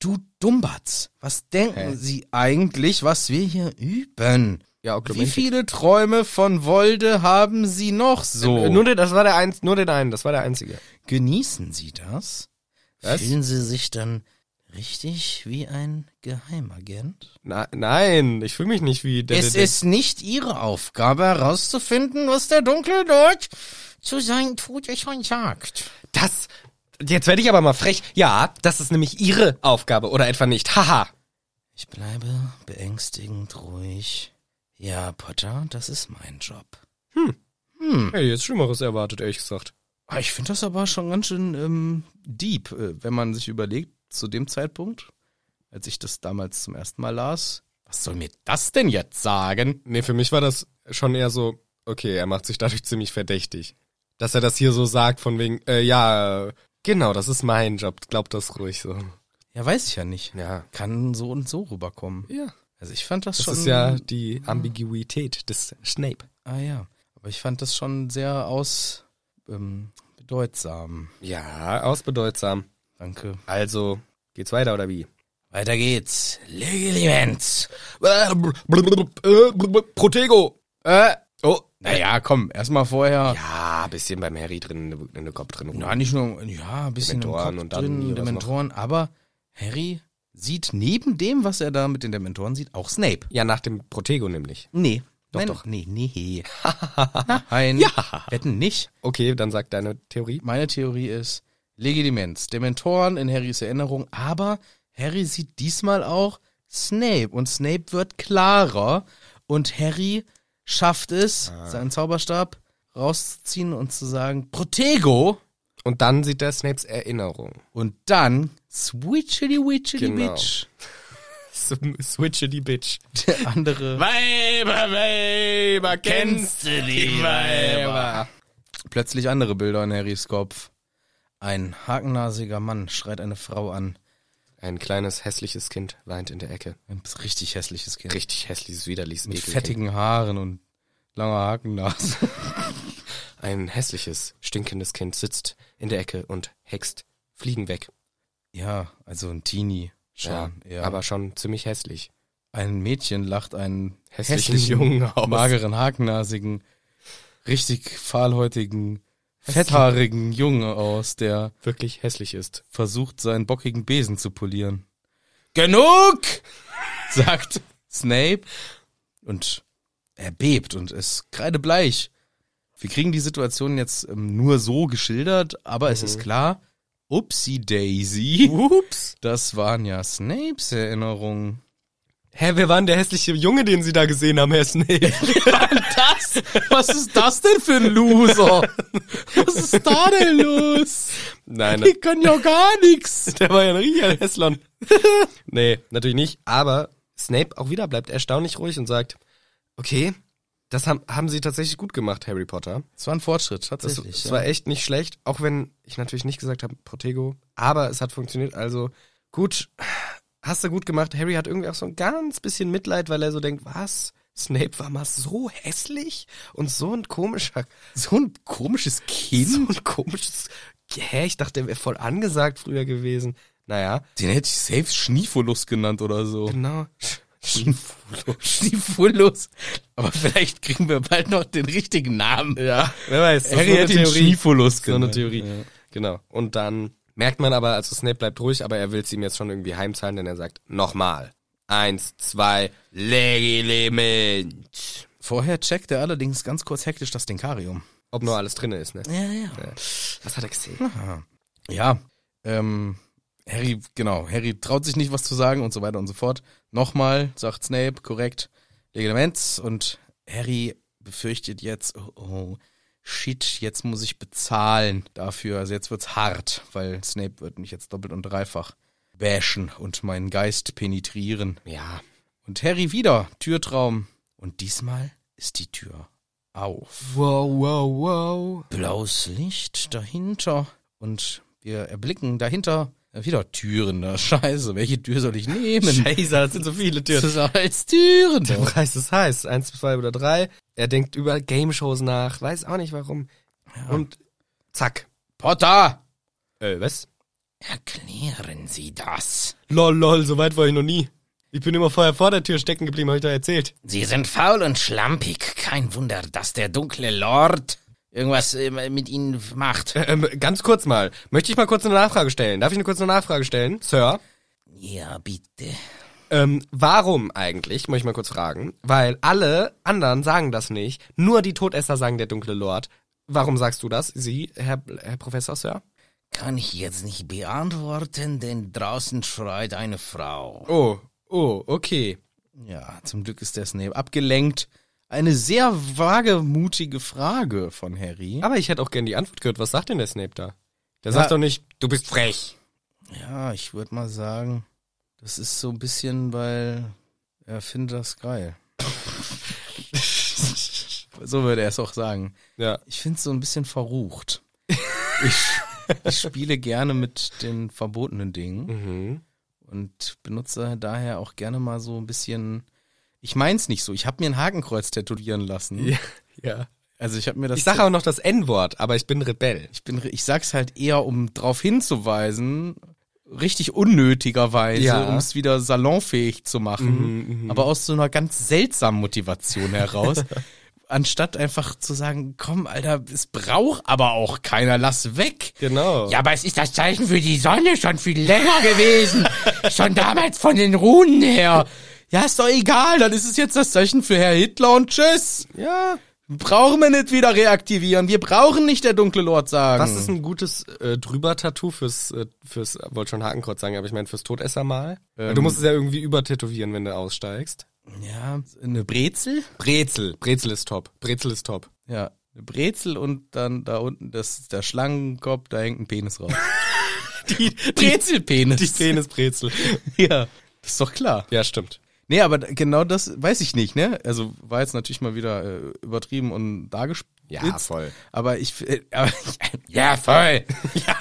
Du Dummbatz. Was denken
Hä?
Sie eigentlich, was wir hier üben?
Ja,
Wie viele Träume von Wolde haben Sie noch so?
Äh, Nur den, das war der eins, nur den einen, das war der einzige.
Genießen Sie das?
Was?
Fühlen Sie sich dann richtig wie ein Geheimagent?
Na, nein, ich fühle mich nicht wie der.
Es
der-
ist nicht Ihre Aufgabe herauszufinden, was der dunkle Lord zu seinen Todächern sagt.
das. Jetzt werde ich aber mal frech. Ja, das ist nämlich Ihre Aufgabe oder etwa nicht. Haha.
Ich bleibe beängstigend ruhig. Ja, Potter, das ist mein Job.
Hey, jetzt Schlimmeres erwartet, ehrlich gesagt.
Ah, Ich finde das aber schon ganz schön ähm, deep, äh, wenn man sich überlegt, zu dem Zeitpunkt, als ich das damals zum ersten Mal las. Was soll mir das denn jetzt sagen?
Nee, für mich war das schon eher so, okay, er macht sich dadurch ziemlich verdächtig. Dass er das hier so sagt, von wegen, äh, ja, äh, genau, das ist mein Job, glaubt das ruhig so.
Ja, weiß ich ja nicht.
Ja.
Kann so und so rüberkommen.
Ja.
Also ich fand das,
Das
schon.
ist ja die Ambiguität des Snape.
Ah ja. Aber ich fand das schon sehr aus ähm, bedeutsam.
Ja, ausbedeutsam.
Danke.
Also, geht's weiter oder wie?
Weiter geht's. Legilimens.
Äh, Protego! Äh, oh.
Naja, komm, erstmal vorher.
Ja, bisschen beim Harry drin in den- in den Kopf drin.
Na, nicht nur, ja, ein bisschen
Dementoren
im Kopf
und dann
drin,
hier das
Dementoren, aber Harry sieht neben dem, was er da mit den Dementoren sieht, auch Snape.
Ja, nach dem Protego nämlich.
Nee. Doch,
Nein.
doch. Nee, nee. *laughs* Nein.
Ja.
Wetten nicht.
Okay, dann sagt deine Theorie.
Meine Theorie ist Legidimens, Dementoren in Harrys Erinnerung, aber Harry sieht diesmal auch Snape und Snape wird klarer und Harry schafft es,
Ah.
seinen Zauberstab rauszuziehen und zu sagen Protego
Und dann sieht er Snapes Erinnerung.
und dann switchity witchity
Genau.
bitch.
Switchity Bitch.
Der andere
Weiber, Weiber, kennst du die Weiber?
plötzlich andere Bilder in Harrys Kopf. Ein hakennasiger Mann schreit eine Frau an.
Ein kleines, hässliches Kind weint in der Ecke.
Ein richtig hässliches Kind.
Richtig hässliches, widerliches
mit
Ekelkind.
fettigen Haaren und langer Hakennase.
Ein hässliches, stinkendes Kind sitzt in der Ecke und hext Fliegen weg.
Ja, also ein Teenie.
Ja,
Schon, ja.
aber schon ziemlich hässlich.
ein Mädchen lacht einen
Hässlichen Jungen aus.
mageren, hakennasigen, richtig fahlhäutigen, fetthaarigen Jungen aus, der
Wirklich hässlich ist.
versucht, seinen bockigen Besen zu polieren. Genug! *laughs* sagt Snape. Und er bebt und ist kreidebleich. Wir kriegen die Situation jetzt ähm, nur so geschildert, aber es
Mhm.
ist klar, Upsi Daisy,
Ups.
das waren ja Snapes Erinnerungen.
Hä, wer war denn der hässliche Junge, den sie da gesehen haben, Herr Snape?
Das? Was ist das denn für ein Loser? Was ist da denn los?
*laughs* Nein,
Die können ja gar nichts.
Der war ja ein richtiger Hässlon. *laughs* nee, natürlich nicht. Aber Snape auch wieder bleibt erstaunlich ruhig und sagt, okay, das haben, haben sie tatsächlich gut gemacht, Harry Potter.
Es war ein Fortschritt,
Das,
tatsächlich.
das war echt nicht schlecht, auch wenn ich natürlich nicht gesagt habe, Protego. Aber es hat funktioniert, also gut, hast du gut gemacht. Harry hat irgendwie auch so ein ganz bisschen Mitleid, weil er so denkt, was? Snape war mal so hässlich und so ein komischer
so ein komisches
so
Kind.
ein komisches. Hä, ich dachte, er wäre voll angesagt früher gewesen. Naja,
Den hätte ich safe Schniefolus genannt oder so.
genau.
Schniefolus. Aber vielleicht kriegen wir bald noch den richtigen Namen.
Ja, wer weiß. das ist
Harry
nur eine
hätte ihn Schniefolus
So eine
genannt.
Theorie.
Ja.
Genau. Und dann merkt man aber, also Snape bleibt ruhig, aber er will es ihm jetzt schon irgendwie heimzahlen, denn er sagt, nochmal. Eins, zwei, Legilimens.
Vorher checkt er allerdings ganz kurz hektisch das Denkarium.
Ob nur alles drinne ist, ne?
Ja, ja.
Was hat er gesehen?
Aha. Ja, ähm, Harry, genau, Harry traut sich nicht, was zu sagen und so weiter und so fort. Nochmal, sagt Snape, korrekt, Legiliments und Harry befürchtet jetzt, oh, oh, shit, jetzt muss ich bezahlen dafür, also jetzt wird's hart, weil Snape wird mich jetzt doppelt und dreifach bashen und meinen Geist penetrieren.
Ja.
Und Harry wieder, Türtraum. Und diesmal ist die Tür auf
Wow, wow, wow.
blaues Licht dahinter und wir erblicken dahinter äh, wieder Türen. Na, scheiße, welche Tür soll ich nehmen?
Scheiße, das sind so viele
Das
*laughs* Türen.
ist als Türen.
Der Preis ist heiß. Eins, zwei oder drei. Er denkt über Game-Shows nach, weiß auch nicht warum. Und zack.
Potter,
Äh, was?
erklären Sie das.
Lol, lol, so weit war ich noch nie. Ich bin immer vorher vor der Tür stecken geblieben, hab ich da erzählt.
Sie sind faul und schlampig. Kein Wunder, dass der dunkle Lord irgendwas äh, mit Ihnen macht.
Ähm, ganz kurz mal. Möchte ich mal kurz eine Nachfrage stellen? Darf ich eine kurze Nachfrage stellen? Sir,
Ja, bitte.
ähm, warum eigentlich, muss ich mal kurz fragen, weil alle anderen sagen das nicht, nur die Todesser sagen der dunkle Lord. Warum sagst du das, Sie, Herr, Herr Professor, Sir?
Kann ich jetzt nicht beantworten, denn draußen schreit eine Frau.
Oh, oh, okay.
Ja, zum Glück ist der Snape abgelenkt. Eine sehr wagemutige Frage von Harry.
Aber ich hätte auch gern die Antwort gehört. Was sagt denn der Snape da? Der sagt doch nicht, du bist frech.
Ja, ich würde mal sagen, das ist so ein bisschen, weil er findet das
*laughs*
geil. so würde er es auch sagen.
Ja.
Ich finde es so ein bisschen verrucht. Ich, ich spiele gerne mit den verbotenen Dingen
Mhm.
und benutze daher auch gerne mal so ein bisschen. Ich mein's nicht so. Ich habe mir ein Hakenkreuz tätowieren lassen.
*laughs* Ja. ja.
Also ich habe mir das
Ich sage auch noch das N-Wort, aber ich bin Rebell.
ich bin, ich sag's halt eher, um drauf hinzuweisen, richtig unnötigerweise,
Ja.
um es wieder salonfähig zu machen,
Mhm, mhm.
aber aus so einer ganz seltsamen Motivation
*laughs*
heraus. Anstatt einfach zu sagen, komm, Alter, es braucht aber auch keiner, lass weg.
Genau.
Ja, aber es ist das Zeichen für die Sonne schon viel länger gewesen.
*laughs*
schon damals von den Runen her. Ja, ist doch egal, dann ist es jetzt das Zeichen für Herr Hitler und tschüss.
Ja.
Brauchen wir nicht wieder reaktivieren. Wir brauchen nicht der dunkle Lord sagen.
Was ist ein gutes äh, Drüber-Tattoo fürs, äh, fürs, äh, wollte schon Hakenkreuz sagen, aber ich meine fürs Todessermal?
Ähm.
du musst es ja irgendwie übertätowieren, wenn du aussteigst.
Ja, eine Brezel?
Brezel. Brezel ist top. Brezel ist top.
Ja, eine Brezel und dann da unten das der Schlangenkopf, da hängt ein Penis *laughs* raus.
Die,
Brezelpenis.
die Szene ist Brezel.
ja, das ist doch klar.
Ja, stimmt.
Nee, aber d- genau das weiß ich nicht, ne? Also war jetzt natürlich mal wieder äh, übertrieben und dargespitzt.
voll.
Aber ich, f- äh, aber *laughs* ja, voll. ja.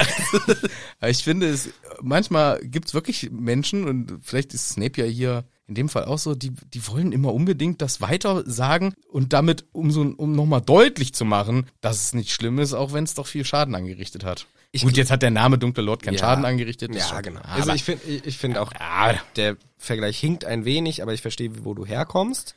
aber ich finde es, manchmal gibt's wirklich Menschen und vielleicht ist Snape ja hier in dem Fall auch so, die, die wollen immer unbedingt das weiter sagen und damit, um so, um nochmal deutlich zu machen, dass es nicht schlimm ist, auch wenn es doch viel Schaden angerichtet hat.
Ich-
Gut, jetzt hat der Name Dunkler Lord keinen
Ja.
Schaden angerichtet. das ist
Ja,
schon- Ah,
genau.
Aber ah,
Also ich finde ich ich find auch,
Aber-
der Vergleich hinkt ein wenig, aber ich verstehe, wo du herkommst.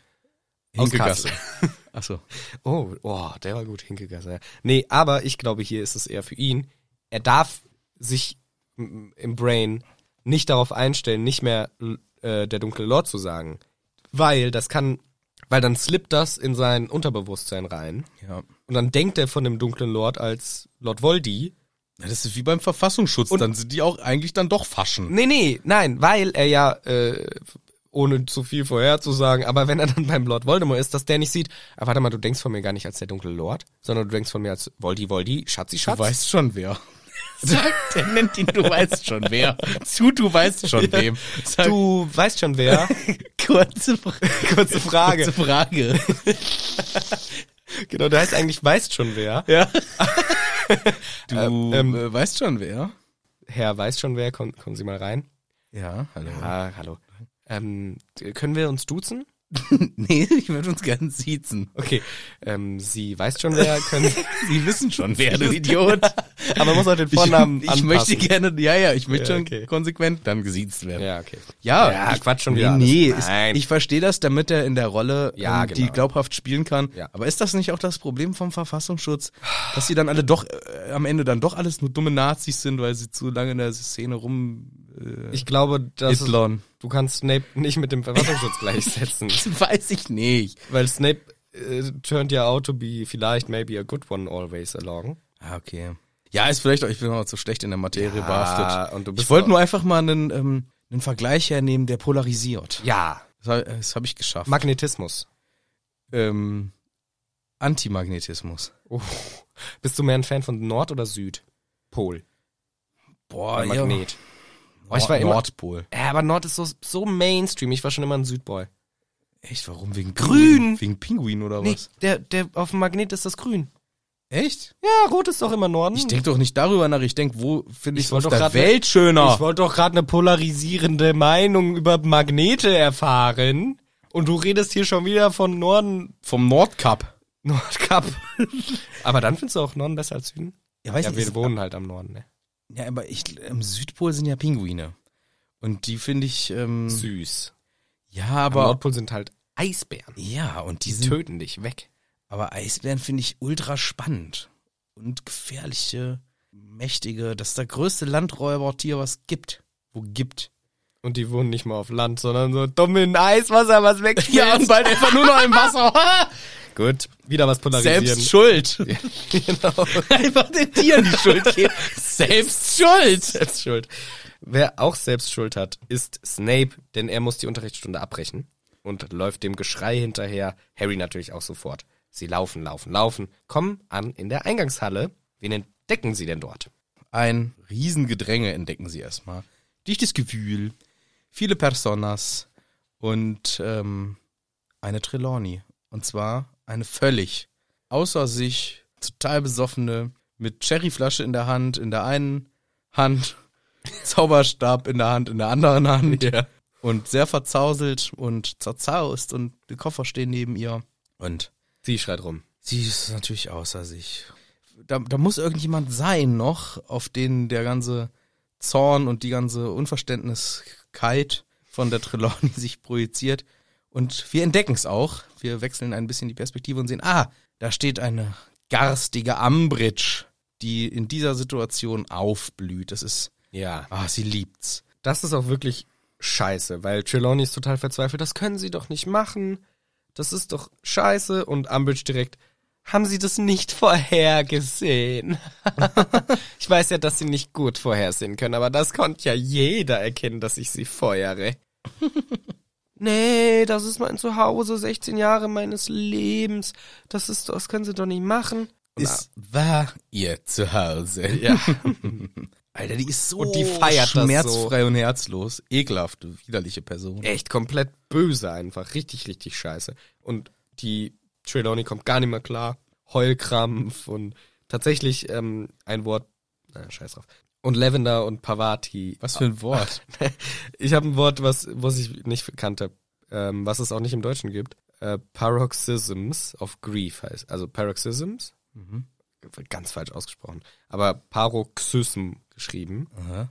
Hinkegasse.
*laughs*
Ach so.
Oh, oh, der war gut, Hinkegasse. ja. Nee, aber ich glaube, hier ist es eher für ihn. Er darf sich m- im Brain nicht darauf einstellen, nicht mehr l- äh, der dunkle Lord zu sagen. Weil das kann, weil dann slippt das in sein Unterbewusstsein rein.
Ja.
Und dann denkt er von dem dunklen Lord als Lord Voldy.
Ja, Das ist wie beim Verfassungsschutz,
Und-
dann sind die auch eigentlich dann doch Faschen.
Nee, nee, nein, weil er ja äh, ohne zu viel vorherzusagen, aber wenn er dann *laughs* beim Lord Voldemort ist, dass der nicht sieht, ah, warte mal, du denkst von mir gar nicht als der dunkle Lord, sondern du denkst von mir als Voldi Voldi, Schatzi Schatz.
Du weißt schon wer. *laughs* Sagt, er nennt ihn, du weißt schon wer. Zu, du weißt schon wem. Sag,
du weißt schon
*laughs*
wer.
kurze, *laughs* Fra-
Kurze Frage.
kurze Frage.
genau, du heißt eigentlich weißt schon wer.
*laughs* Ja. du
Ähm,
äh, weißt schon wer.
Herr weiß schon wer, komm, kommen Sie mal rein.
Ja, hallo.
Ah, hallo. Ähm, können wir uns duzen?
*laughs* Nee, ich würde uns gerne siezen.
Okay. Ähm, sie weiß schon wer,
*laughs*
können,
Sie wissen schon wer, du Idiot.
aber man muss auch den
*laughs* Ich,
Vornamen
ich
anpassen.
möchte gerne, ja, ja, ich möchte
Ja,
schon
okay.
konsequent dann gesiezt werden.
Ja, okay.
Ja,
Ja,
ich,
Quatsch schon
nee,
wieder alles.
Nee, ist,
Nein.
ich verstehe das, damit er in der Rolle
Ja,
ähm,
genau.
die glaubhaft spielen kann.
Ja.
Aber ist das nicht auch das Problem vom Verfassungsschutz, dass sie dann alle doch äh, am Ende dann doch alles nur dumme Nazis sind, weil sie zu lange in der Szene rum äh,
Ich glaube, dass
Hitlern.
du kannst Snape nicht mit
*laughs*
dem Verfassungsschutz gleichsetzen,
Weiß ich nicht.
weil Snape äh, turned ja out to be vielleicht maybe a good one always along.
Ah, okay. Ja, ist vielleicht auch, ich bin auch zu schlecht in der Materie
Ja,
behaftet.
und du bist
ich wollte
auch-
nur einfach mal einen, ähm, einen Vergleich hernehmen, der polarisiert.
Ja,
Das habe das hab ich geschafft.
Magnetismus.
ähm, Antimagnetismus.
Oh. Bist du mehr ein Fan von Nord oder Süd? Pol.
Boah, Ah,
Oder Magnet.
Oh, ich war immer Nordpol.
Ja, aber Nord ist so, so Mainstream. Ich war schon immer ein Südboy.
Echt, warum? Wegen
Grün.
Pinguin? Wegen Pinguin oder
Nee,
was?
der, der auf dem Magnet ist das grün.
Echt?
Ja, rot ist doch immer Norden.
Ich denk doch nicht darüber nach. Ich denk, wo finde
Ich
ich es
wollt
auf
doch
der
grad-
Welt schöner?
Ich wollte doch gerade eine polarisierende Meinung über Magnete erfahren. Und du redest hier schon wieder von Norden, *laughs*
Vom Nordkap.
Nordkap. aber dann findest du auch Norden besser als Süden?
Ja, weiß
Ja, wir wohnen halt am Norden, ne?
Ja, aber ich, im Südpol sind ja Pinguine. Und die finde ich, ähm,
Süß.
ja,
Aber am
aber,
Nordpol sind halt Eisbären.
ja, und die
Die
sind,
töten dich weg.
aber Eisbären finde ich ultra spannend. Und gefährliche, mächtige, das ist der größte Landräubertier, was gibt. Wo gibt.
Und die wohnen nicht mal auf Land, sondern so dumm in Eiswasser, was weg.
Ja, und bald einfach nur noch im
*laughs*
Wasser.
Gut, wieder was polarisieren.
Selbst *laughs* schuld.
genau.
Einfach den Tieren die Schuld geben. Selbst schuld.
*laughs* Selbst schuld. Wer auch selbst schuld hat, ist Snape, denn er muss die Unterrichtsstunde abbrechen und läuft dem Geschrei hinterher. Harry natürlich auch sofort. Sie laufen, laufen, laufen, kommen an in der Eingangshalle. Wen entdecken sie denn dort?
Ein Riesengedränge entdecken sie erstmal. Dichtes Gewühl, viele Personas und ähm, eine Trelawney. Und zwar eine völlig außer sich, total besoffene, mit Cherryflasche in der Hand, in der einen Hand, *laughs* Zauberstab in der Hand, in der anderen Hand. Und sehr verzauselt und zerzaust und die Koffer stehen neben ihr. Und
Sie schreit rum.
Sie ist natürlich außer sich. Da, da muss irgendjemand sein noch, auf den der ganze Zorn und die ganze Unverständniskeit von der Trelawney *laughs* sich projiziert. Und wir entdecken es auch. Wir wechseln ein bisschen die Perspektive und sehen, ah, da steht eine garstige Ambridge, die in dieser Situation aufblüht. Das ist,
Ja.
ah, sie liebt's.
Das ist auch wirklich scheiße, weil Trelawney ist total verzweifelt. Das können sie doch nicht machen. Das ist doch scheiße. Und Umbridge direkt, haben sie das nicht *laughs* vorhergesehen? *laughs* ich weiß ja, dass sie nicht gut vorhersehen können, aber das konnte ja jeder erkennen, dass ich sie feuere. *laughs* nee, das ist mein Zuhause, 16 Jahre meines Lebens. Das ist, das können sie doch nicht machen. Und
Es war ihr Zuhause.
Ja.
*laughs* Alter, die ist so
Und die feiert das
schmerzfrei und herzlos. Ekelhafte, widerliche Person.
echt komplett böse einfach. Richtig, richtig scheiße. Und die Trelawney kommt gar nicht mehr klar. Heulkrampf und tatsächlich ähm, ein Wort. Na, scheiß drauf. Und Lavender und Pavati.
Was für ein Wort.
*laughs* Ich habe ein Wort, was, was ich nicht kannte, ähm, was es auch nicht im Deutschen gibt. Äh, Paroxysms of Grief heißt. Also Paroxysms. Ganz falsch ausgesprochen. Aber Paroxysm geschrieben.
Aha.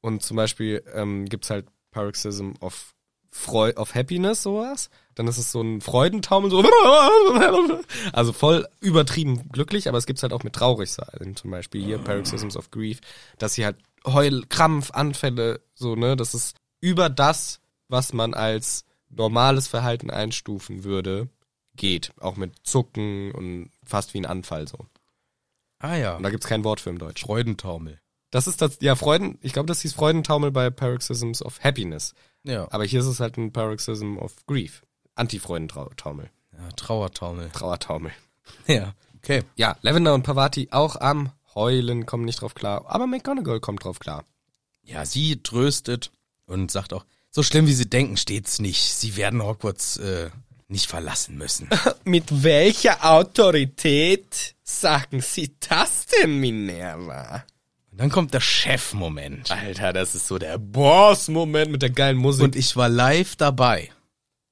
Und zum Beispiel ähm, gibt's halt Paroxysm of, Freu of Happiness, sowas. Dann ist es so ein Freudentaumel, so. *laughs* Also voll übertrieben glücklich, aber es gibt's halt auch mit traurig sein. Zum Beispiel hier Paroxysms of Grief, dass sie halt Heul, Krampf, Anfälle, so, ne? Das ist über das, was man als normales Verhalten einstufen würde, geht. Auch mit Zucken und fast wie ein Anfall so.
Ah ja.
Und da gibt's kein Wort für im Deutschen.
Freudentaumel.
Das ist das, ja, Freuden, ich glaube, das hieß Freudentaumel bei Paroxysms of Happiness.
Ja.
Aber hier ist es halt ein Paroxysm of Grief. Antifreudentaumel.
ja Trauertaumel.
Trauertaumel.
*laughs* Ja. Okay.
Ja, Lavender und Pavati auch am Heulen kommen nicht drauf klar. Aber McGonagall kommt drauf klar.
Ja, sie tröstet und sagt auch, so schlimm wie sie denken, steht's nicht. Sie werden Hogwarts äh, nicht verlassen *laughs* müssen.
Mit welcher Autorität sagen Sie das denn, Minerva?
Und dann kommt der Chef-Moment.
Alter, das ist so der Boss-Moment mit der geilen Musik.
Und ich war live dabei.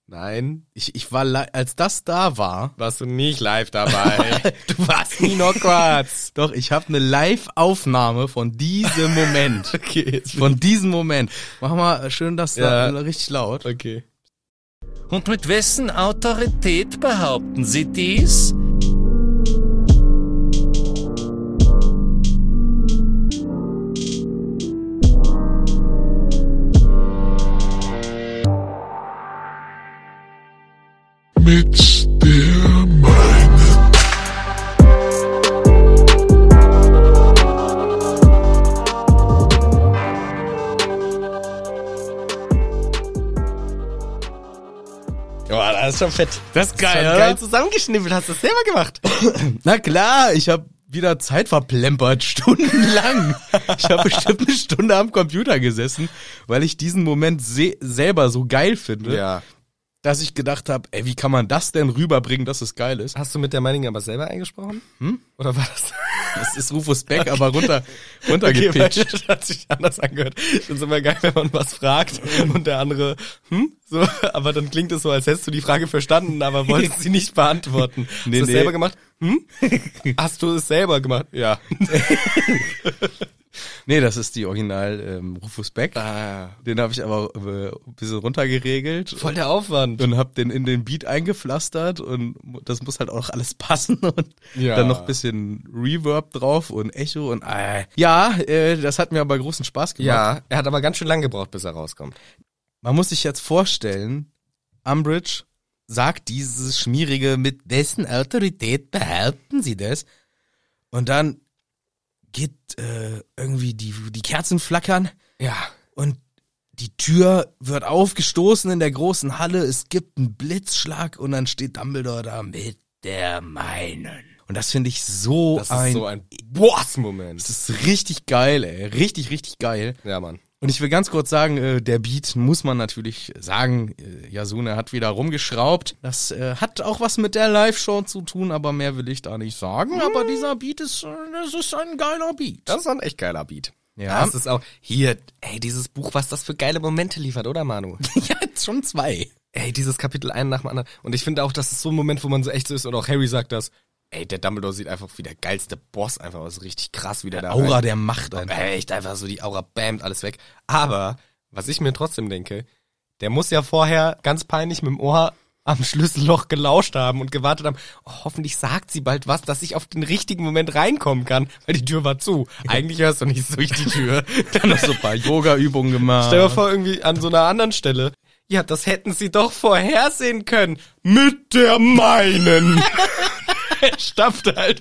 Nein,
Ich, ich war li- als das da war.
warst du nicht live dabei.
Du warst
nie in Hogwarts.
Doch, ich habe eine Live-Aufnahme von diesem Moment.
*laughs* okay, jetzt
Von diesem Moment. Mach mal äh, schön das
Ja.
da richtig laut.
Okay.
Und mit wessen Autorität behaupten Sie dies?
Ja, das ist schon fett.
Das ist
Schon geil zusammengeschnippelt, hast du das selber gemacht.
Na klar, ich habe wieder Zeit verplempert, *laughs* stundenlang. Ich habe bestimmt eine Stunde am Computer gesessen, weil ich diesen Moment se selber so geil finde, dass ich gedacht habe, ey, wie kann man das denn rüberbringen, dass es geil ist?
Hast du mit der Meinung aber selber eingesprochen? Hm? Oder war das?
Es ist Rufus Beck, aber
*laughs*
runter, runtergepitcht.
weil das hat sich anders angehört. Ich finde es immer geil, wenn man was fragt und der andere, hm? So, aber dann klingt es so, als hättest du die Frage verstanden, aber wolltest sie nicht beantworten.
Nee,
Hast du es
nee.
selber gemacht? Hm? Hast du es selber gemacht? Ja.
nee, das ist die Original ähm, Rufus Beck. Den habe ich aber äh, ein bisschen runtergeregelt.
Ah. Voll der Aufwand.
und hab den in den Beat eingepflastert und mu- das muss halt auch alles *laughs* passen und
Ja.
dann noch ein bisschen Reverb drauf und Echo und äh. ja, äh, das hat mir aber großen Spaß gemacht.
Ja, er hat aber ganz schön lang gebraucht, bis er rauskommt.
Man muss sich jetzt vorstellen, Umbridge sagt dieses schmierige mit dessen Autorität behaupten sie das und dann geht äh, irgendwie die die Kerzen flackern
Ja.
und die Tür wird aufgestoßen in der großen Halle. Es gibt einen Blitzschlag und dann steht Dumbledore da mit der meinen. Und das finde ich so
Das ist
ein.
so ein Boss-Moment.
das ist richtig geil, ey. Richtig, richtig geil.
Ja, Mann.
Und ich will ganz kurz sagen, äh, der Beat muss man natürlich sagen. Äh, Yasune hat wieder rumgeschraubt. Das äh, hat auch was mit der Live-Show zu tun, aber mehr will ich da nicht sagen. Aber dieser Beat ist, äh, das ist ein geiler Beat.
Das ist ein echt geiler Beat. Ähm,
Ja.
Das ist auch, hier, ey, dieses Buch, was das für geile Momente liefert, oder *laughs* Manu?
*laughs* ja, jetzt schon zwei.
ey, dieses Kapitel ein nach dem anderen. Und ich finde auch, das ist so ein Moment, wo man so echt so ist und auch Harry sagt das. Ey, der Dumbledore sieht einfach wie der geilste Boss einfach aus. Richtig krass, wie der da
Aura
rein-
der Macht einfach.
Echt einfach so die Aura bämt alles weg. Aber, was ich mir trotzdem denke, der muss ja vorher ganz peinlich mit dem Ohr am Schlüsselloch gelauscht haben und gewartet haben, oh, hoffentlich sagt sie bald was, dass ich auf den richtigen Moment reinkommen kann, weil die Tür war zu. Eigentlich hörst du nicht durch die Tür.
Dann noch so ein paar Yoga-Übungen gemacht.
Stell dir vor, irgendwie an so einer anderen Stelle. Ja, das hätten sie doch vorhersehen können. Mit der meinen. *laughs* er stapft halt.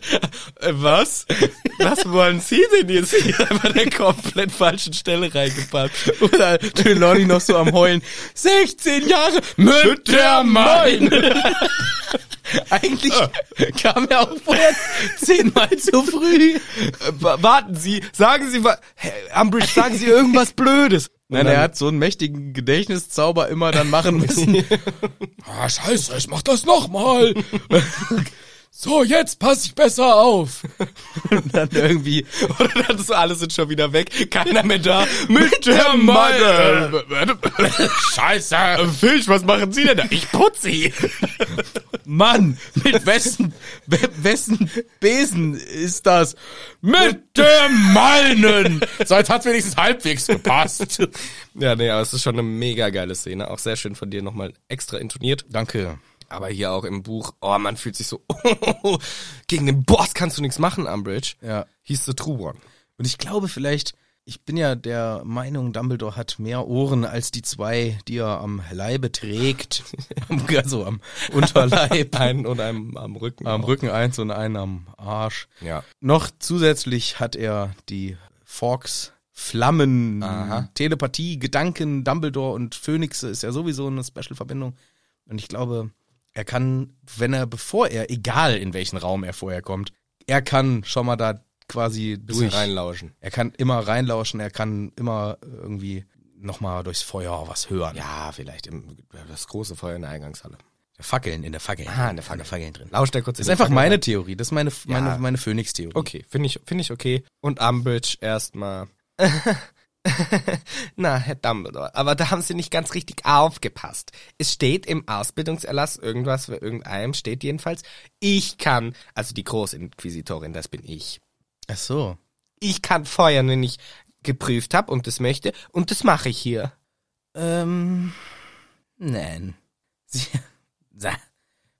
Äh, was? Was wollen Sie denn jetzt hier? Einfach an der komplett falschen Stelle reingepackt.
Oder Trelawney noch so am Heulen. 16 Jahre mit der
*laughs*
Meine. Eigentlich
Ah.
kam er auch vorher zehnmal zu früh.
warten Sie, sagen Sie was. Umbridge, sagen Sie irgendwas Blödes.
Nein, er hat so einen mächtigen Gedächtniszauber immer dann *laughs* machen müssen. ah, scheiße, ich mach das
*laughs*
nochmal. so, jetzt pass ich besser
*laughs*
auf. Und dann irgendwie,
Oder dann so, alle sind schon wieder weg. Keiner
*laughs*
mehr da. Mit der Meine. *laughs*
scheiße,
Äh, Filch, was machen Sie denn da? Ich putze sie.
*laughs* Mann, mit wessen, we, wessen Besen ist das?
*laughs*
Mit dem meinen! So, jetzt hat's wenigstens halbwegs gepasst.
Ja, nee, aber es ist schon eine mega geile Szene. Auch sehr schön von dir nochmal extra intoniert.
Danke.
Aber hier auch im Buch, oh, man fühlt sich so, oh, gegen den Boss kannst du nichts machen, Umbridge.
Ja.
He's the true one. *laughs*
Und ich glaube vielleicht, ich bin ja der Meinung, Dumbledore hat mehr Ohren als die zwei, die er am Leibe
*laughs*
trägt. Am- also am Unterleib.
Einen und einem am Rücken.
Am Rücken eins und einen am Arsch.
Ja.
Noch zusätzlich hat er die Forks Flammen,
Aha.
Telepathie, Gedanken, Dumbledore und Phönixe ist ja sowieso eine Special-Verbindung. Und ich glaube, er kann, wenn er, bevor er, egal in welchen Raum er vorher kommt, er kann schon mal da quasi
Bisschen
durch.
reinlauschen.
Er kann immer reinlauschen, er kann immer irgendwie nochmal durchs Feuer was hören.
Ja, vielleicht im, das große Feuer in der Eingangshalle.
Fackeln, in der Fackel.
Ah, in der
Fackel. Fackeln drin.
Lauscht er kurz
Das ist
in die
einfach
Fackel
meine
rein.
Theorie, das ist meine,
Ja.
meine, meine Phoenix-Theorie.
Okay, finde ich, finde ich okay. Und Umbridge erstmal. *laughs* Na, Herr Dumbledore, aber da haben Sie nicht ganz richtig aufgepasst. Es steht im Ausbildungserlass irgendwas für irgendeinem, steht jedenfalls, ich kann, also die Großinquisitorin, das bin ich,
Ach so.
ich kann feuern, wenn ich geprüft habe und das möchte und das mache ich hier.
Ähm, nein. Sie, Sa-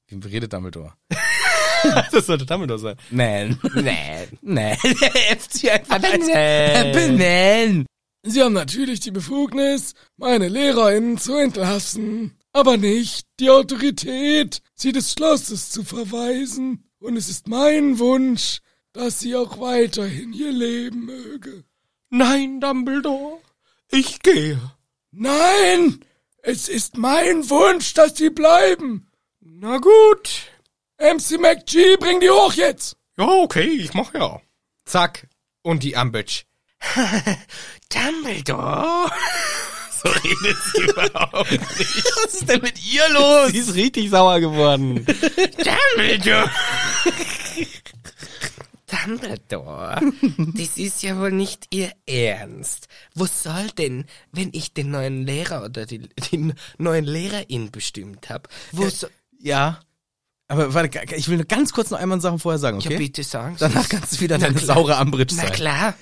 wie redet Dumbledore?
Das sollte Dumbledore sein.
*laughs* Nein.
Nein.
Nein. Er äfft sie einfach
Aber
als- Äh,
nein.
nein.
Sie haben natürlich die Befugnis, meine LehrerInnen zu entlassen, aber nicht die Autorität, sie des Schlosses zu verweisen. Und es ist mein Wunsch, dass sie auch weiterhin hier leben möge.
Nein, Dumbledore, ich gehe.
Nein! Es ist mein Wunsch, dass sie bleiben!
Na gut.
MC McG, bring die hoch jetzt!
Ja, okay, ich mach ja. Zack. Und
*laughs*
die Umbridge. Dumbledore. *laughs* so redet sie
*laughs*
überhaupt nicht. Was ist denn mit ihr los? Sie ist richtig sauer geworden. Dumbledore. Dumbledore, das ist ja wohl nicht Ihr Ernst. Was soll denn, wenn ich den neuen Lehrer oder die, die neuen Lehrerin bestimmt habe? Wo so,
Ja. Aber warte, ga- ich will nur ganz kurz noch einmal Sachen vorher sagen,
Ja,
okay?
bitte sagen Sie
Danach kannst du wieder
Na
deine
klar.
saure Ambridge
Na
sein.
klar.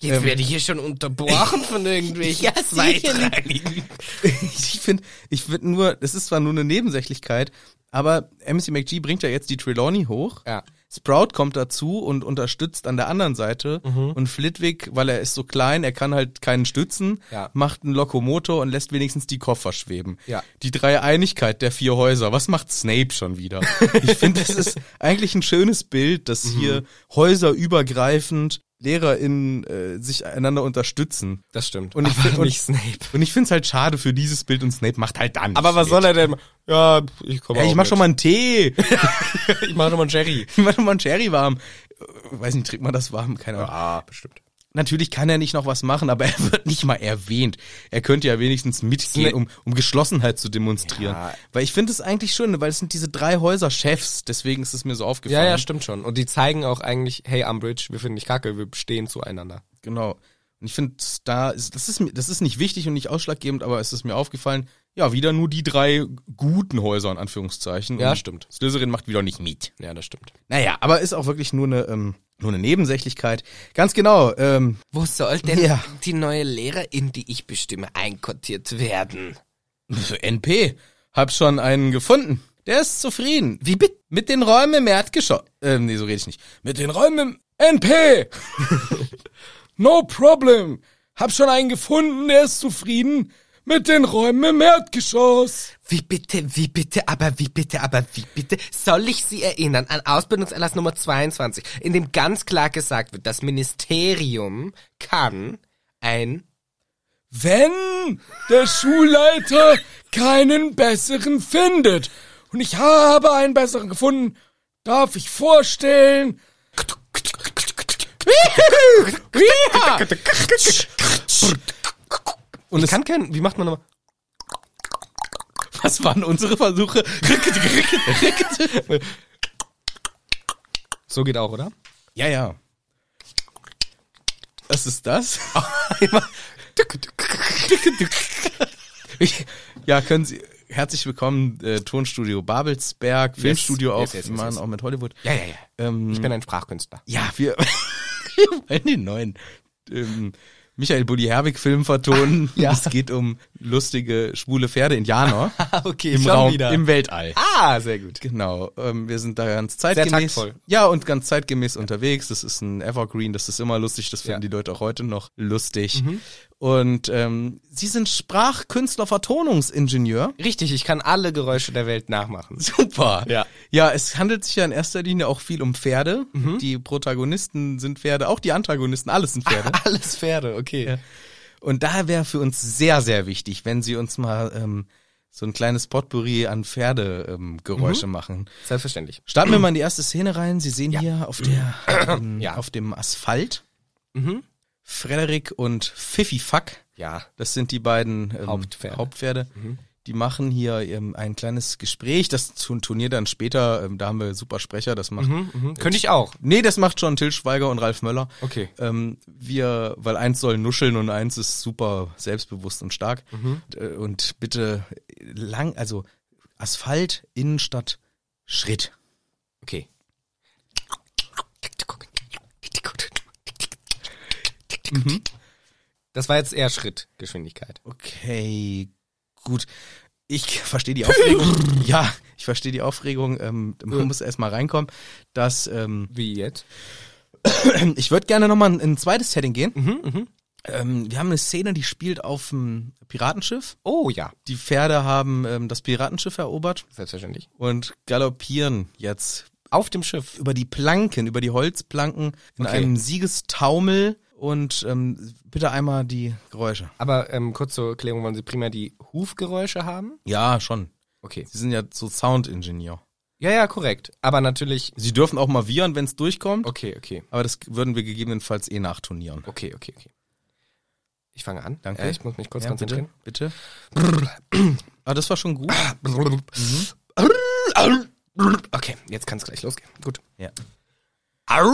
Jetzt werde ich hier schon unterbrochen *laughs* von irgendwelchen
Ja, sicherlich.
zweitrangigen.
ich finde, ich würde nur, das ist zwar nur eine Nebensächlichkeit, aber MC McG bringt ja jetzt die Trelawney hoch.
Ja.
Sprout kommt dazu und unterstützt an der anderen Seite.
Mhm.
Und Flitwick, weil er ist so klein, er kann halt keinen stützen,
Ja.
macht einen Lokomotor und lässt wenigstens die Koffer schweben.
Ja.
Die Dreieinigkeit der vier Häuser. Was macht Snape schon wieder? ich finde, das ist eigentlich ein schönes Bild, dass
Mhm.
hier häuserübergreifend LehrerInnen äh, sich einander unterstützen.
Das stimmt.
Und ich
aber
find- und-
nicht Snape.
Und ich find's halt schade für dieses Bild und Snape macht halt dann.
Aber was
Snape.
soll er denn? Ja, ich komme
Ja, ich mach schon mal einen Tee. *laughs*
ich mach schon mal einen Jerry.
ich mach schon mal einen Sherry warm. Äh, Weiß nicht, trinkt man das warm? Keine Ahnung.
Ah, bestimmt.
Natürlich kann er nicht noch was machen, aber *laughs* er wird nicht mal erwähnt. Er könnte ja wenigstens mitgehen,
Snape-
um, um Geschlossenheit zu demonstrieren.
Ja.
Weil ich finde es eigentlich schön, weil es sind diese drei Häuser Chefs, deswegen ist es mir so
Ja,
aufgefallen.
ja, stimmt schon. Und die zeigen auch eigentlich, hey Umbridge, wir finden dich kacke, wir stehen zueinander.
Genau. Und ich finde, da ist, das ist mir, das ist nicht wichtig und nicht ausschlaggebend, aber es ist mir aufgefallen, ja, wieder nur die drei guten Häuser, in Anführungszeichen.
Ja,
Und
stimmt.
Slytherin macht wieder nicht mit.
Ja, das stimmt.
Naja, aber ist auch wirklich nur eine, ähm, nur eine Nebensächlichkeit. Ganz genau, ähm,
Wo soll denn
Ja.
die neue Lehrerin, die ich bestimme, einquartiert werden?
NP, hab schon einen gefunden. Der ist zufrieden. Wie bitte? Mit den Räumen im Erdgeschoss. Ähm, nee, so rede ich nicht. Mit den Räumen im
NP! *laughs* no problem! Hab schon einen gefunden, der ist zufrieden mit den Räumen im Erdgeschoss.
Wie bitte, wie bitte, aber wie bitte, aber wie bitte soll ich Sie erinnern an Ausbildungserlass Nummer 22, in dem ganz klar gesagt wird, das Ministerium kann ein...
Wenn der Schulleiter keinen besseren findet. Und ich habe einen besseren gefunden, darf ich
*laughs*
vorstellen.
Und es,
kann kein... Wie macht man nochmal?
was waren unsere Versuche?
So geht auch, oder?
ja, ja. Was ist das? Ich- ja, können Sie. Herzlich willkommen, äh, Tonstudio Babelsberg, Filmstudio
yes,
auf,
yes,
yes,
yes, yes.
auch mit Hollywood.
Ja, ja, ja.
Ähm,
Ich bin ein *laughs* Sprachkünstler.
Ja, wir, *laughs* wir wollen den neuen ähm, Michael Bulli Herwig Film
*laughs*
vertonen. Es geht um lustige, schwule Pferde
*laughs*
Indianer
Ah, Okay,
im Raum, im Weltall.
ah, sehr gut.
Genau, ähm, wir sind da ganz zeitgemäß.
taktvoll.
Ja, und ganz zeitgemäß unterwegs. Das ist ein Evergreen, das ist immer lustig, das finden
Ja. Mhm.
die Leute auch heute noch lustig. Und ähm, Sie sind Sprachkünstler,
*laughs*
Vertonungsingenieur.
Richtig, ich kann alle Geräusche der
*laughs*
Welt nachmachen.
Super.
Ja.
Ja, es handelt sich ja in erster Linie auch viel um Pferde.
Mhm.
Die Protagonisten sind Pferde, auch die Antagonisten, alles sind
*laughs*
Pferde.
Alles Pferde, okay.
Und da wäre für uns sehr, sehr wichtig, wenn Sie uns mal ähm, so ein kleines Potpourri an Pferdegeräusche ähm, Geräusche
Mhm.
machen.
Selbstverständlich.
Starten wir mal in die erste Szene rein. Sie sehen hier auf,
*clears throat*
der, ähm,
Ja. Mhm.
auf dem Asphalt Frederik und Fifi Fuck.
Ja.
Das sind die beiden ähm,
Hauptpferde. Mhm.
Hauptpferde. Die machen hier ähm, ein kleines Gespräch, das zum Turnier dann später, ähm, da haben wir super Sprecher, das macht.
Mhm. Könnte ich auch.
Nee, das macht schon Till Schweiger und Ralf Möller.
Okay.
Ähm, wir, weil eins soll nuscheln und eins ist super selbstbewusst und stark.
Mhm.
Und, äh, und bitte lang, also Asphalt, Innenstadt, Schritt.
Okay. Mhm. Das war jetzt eher Schrittgeschwindigkeit.
Okay, gut. Ich verstehe die Aufregung. ja, ich verstehe die Aufregung. Ähm, man muss erstmal reinkommen, dass ähm,
Wie jetzt?
Ich würde gerne nochmal in ein zweites Setting gehen.
Mhm,
Ähm, wir haben eine Szene, die spielt auf dem Piratenschiff.
Oh ja,
Die Pferde haben ähm, das Piratenschiff erobert
selbstverständlich.
und galoppieren jetzt
Auf dem Schiff.
über die Planken, über die Holzplanken in
Okay.
einem Siegestaumel. Und ähm, bitte einmal die Geräusche.
Aber ähm, kurz zur Erklärung, wollen Sie primär die Hufgeräusche haben?
Ja, schon.
Okay.
Sie sind ja so Soundingenieur.
Ja, ja, korrekt. Aber natürlich.
Sie dürfen auch mal wiehern, wenn es durchkommt.
Okay, okay.
Aber das würden wir gegebenenfalls eh nachturnieren.
Okay, okay, okay. Ich fange an.
Danke.
Äh, ich muss mich kurz
Ja, bitte,
konzentrieren.
bitte. Ah, das war schon gut. Mhm.
Okay, jetzt kann es gleich losgehen. Gut.
Ja.
Au!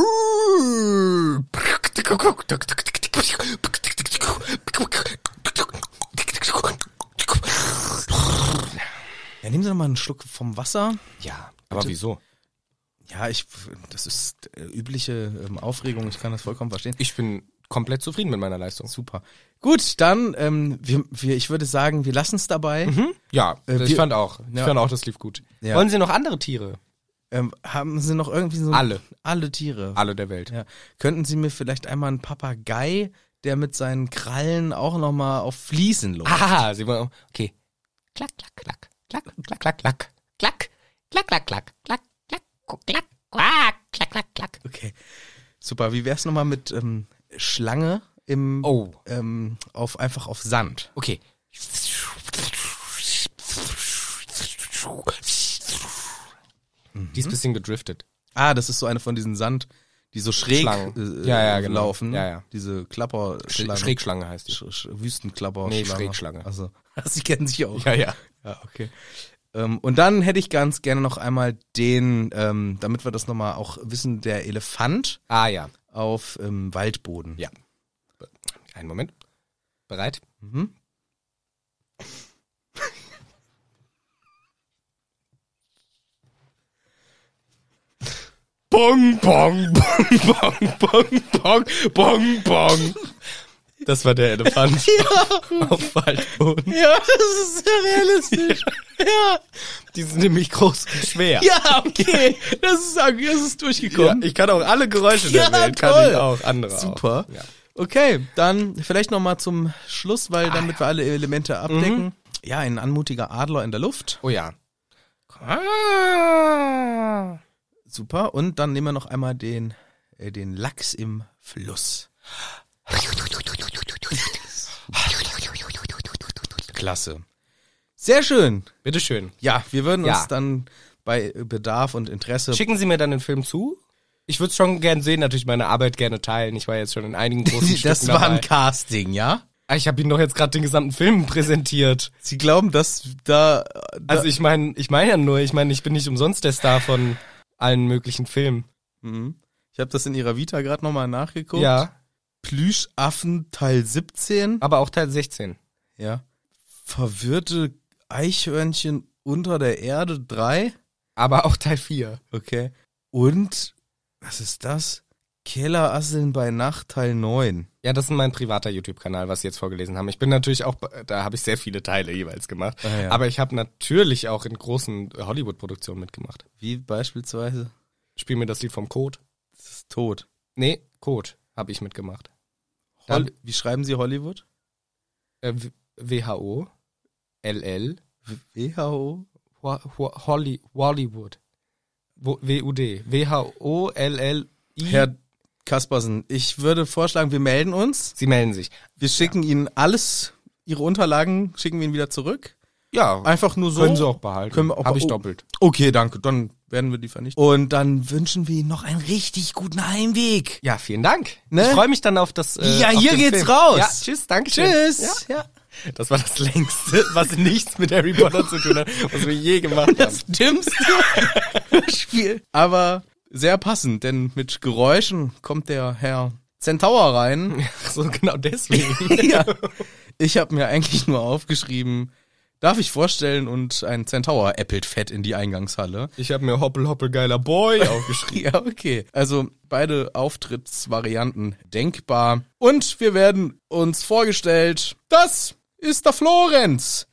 Ja, nehmen Sie noch mal einen Schluck vom Wasser.
Ja, aber wieso?
Ja, ich, das ist äh, übliche ähm, Aufregung. Ich kann das vollkommen verstehen.
Ich bin komplett zufrieden mit meiner Leistung.
Super. Gut, dann, ähm, wir, wir, ich würde sagen, wir lassen es dabei.
Ja,
Äh,
ich
wir-
fand auch. Ich
Ja.
fand auch, das lief gut.
Ja.
Wollen Sie noch andere Tiere?
Ähm, haben Sie noch irgendwie so.
Alle.
Alle Tiere.
Alle der Welt.
Ja. Könnten Sie mir vielleicht einmal einen Papagei, der mit seinen Krallen auch nochmal auf Fliesen läuft?
Aha, Sie wollen. Okay. Klack, klack, klack. Klack, klack, klack, klack. Klack, klack, klack, klack. Klack, klack, klack. Klack, klack, klack, klack.
Okay. Super. Wie wär's nochmal mit ähm, Schlange im.
Oh.
Ähm, auf, einfach auf Sand.
Okay. Die ist ein bisschen gedriftet.
Ah, das ist so eine von diesen Sand, die so schräg
Schlangen.
äh,
Ja, ja, genau.
laufen.
Ja, ja.
Diese Klapper.
Sch Schrägschlange heißt die.
Sch Sch Wüstenklapper.
Nee, Schrägschlange.
Also, *laughs* sie kennen sich auch.
ja.
Ja, okay. Ähm, und dann hätte ich ganz gerne noch einmal den, ähm, damit wir das nochmal auch wissen, der Elefant
Ah ja.
auf ähm, Waldboden.
Ja. Einen Moment. Bereit?
Mhm.
*laughs* Bong, bong, bong, bong, bong, bong, bong, bong. Das war der Elefant auf Waldboden.
Ja, *laughs* das ist sehr realistisch. ja.
Die sind nämlich groß und schwer.
*laughs* ja, okay. Das ist, das ist
Ja,
durchgekommen.
ich kann auch alle *laughs* Geräusche der
Ja,
Welt, kann ich
toll.
auch, andere
Super.
auch. Ja.
Okay, dann vielleicht nochmal zum Schluss, weil
Ah,
damit wir alle Elemente
Mhm.
abdecken. Ja, ein anmutiger Adler in der Luft.
Oh ja. Ah.
Super. Und dann nehmen wir noch einmal den, äh, den Lachs im Fluss. Klasse. Sehr schön.
Bitteschön.
Ja, wir würden
Ja.
uns dann bei Bedarf und Interesse.
Schicken Sie mir dann den Film zu. Ich würde es schon gern sehen, natürlich meine Arbeit gerne teilen. Ich war jetzt schon in einigen *laughs* großen Stücken
das war
dabei.
ein Casting, ja?
Ah, Ich habe Ihnen doch jetzt gerade den gesamten Film präsentiert.
Sie glauben, dass da. da
Also ich meine, ich meine ja nur, ich meine, ich bin nicht umsonst der Star von allen möglichen Filmen.
Mhm. ich habe das in Ihrer Vita gerade nochmal nachgeguckt.
Ja, Ah.
Plüschaffen Teil 17.
aber auch Teil 16.
Ja. Verwirrte Eichhörnchen unter der Erde 3.
Aber auch Teil 4.
Okay. Und, was ist das? Kellerasseln bei Nacht Teil 9.
Ja, das ist mein privater YouTube-Kanal, was Sie jetzt vorgelesen haben. Ich bin natürlich auch, da habe ich sehr viele Teile jeweils gemacht.
Ah, ja.
Aber ich habe natürlich auch in großen Hollywood-Produktionen mitgemacht.
Wie beispielsweise?
Spiel mir das Lied vom Code.
Das ist tot.
Nee, Code habe ich mitgemacht.
Hol Wie schreiben Sie Hollywood?
äh, W- WHO, LL,
WHO?
Ho- Ho- Holly, Hollywood, Wo- WUD, WHO, LL, I.
Herr Kaspersen, ich würde vorschlagen, wir melden uns.
Sie melden sich.
Wir schicken Ihnen alles, Ihre Unterlagen schicken wir Ihnen wieder zurück.
Ja,
Einfach nur so.
können Sie auch behalten.
Können wir auch-
Habe ich
oh.
doppelt.
Okay, danke. Dann werden wir die vernichten. Und dann wünschen wir Ihnen noch einen richtig guten Heimweg.
Ja, vielen Dank.
Ne?
Ich freue mich dann auf das. Äh,
Ja,
auf
hier
den
geht's
Film.
raus.
Ja, tschüss, danke schön.
Tschüss. Ja.
Ja. Das war das längste, was nichts mit Harry Potter zu tun hat, was wir je gemacht haben.
Spiel. Aber sehr passend, denn mit Geräuschen kommt der Herr Centaur rein.
*laughs* Ach so, genau deswegen.
ja. Ich habe mir eigentlich nur aufgeschrieben, darf ich vorstellen und ein Centaur äppelt fett in die Eingangshalle.
Ich habe mir Hoppel Hoppel geiler *laughs* Boy aufgeschrieben.
*laughs* Ja, okay. Also beide Auftrittsvarianten denkbar. Und wir werden uns vorgestellt, das ist der Florenz.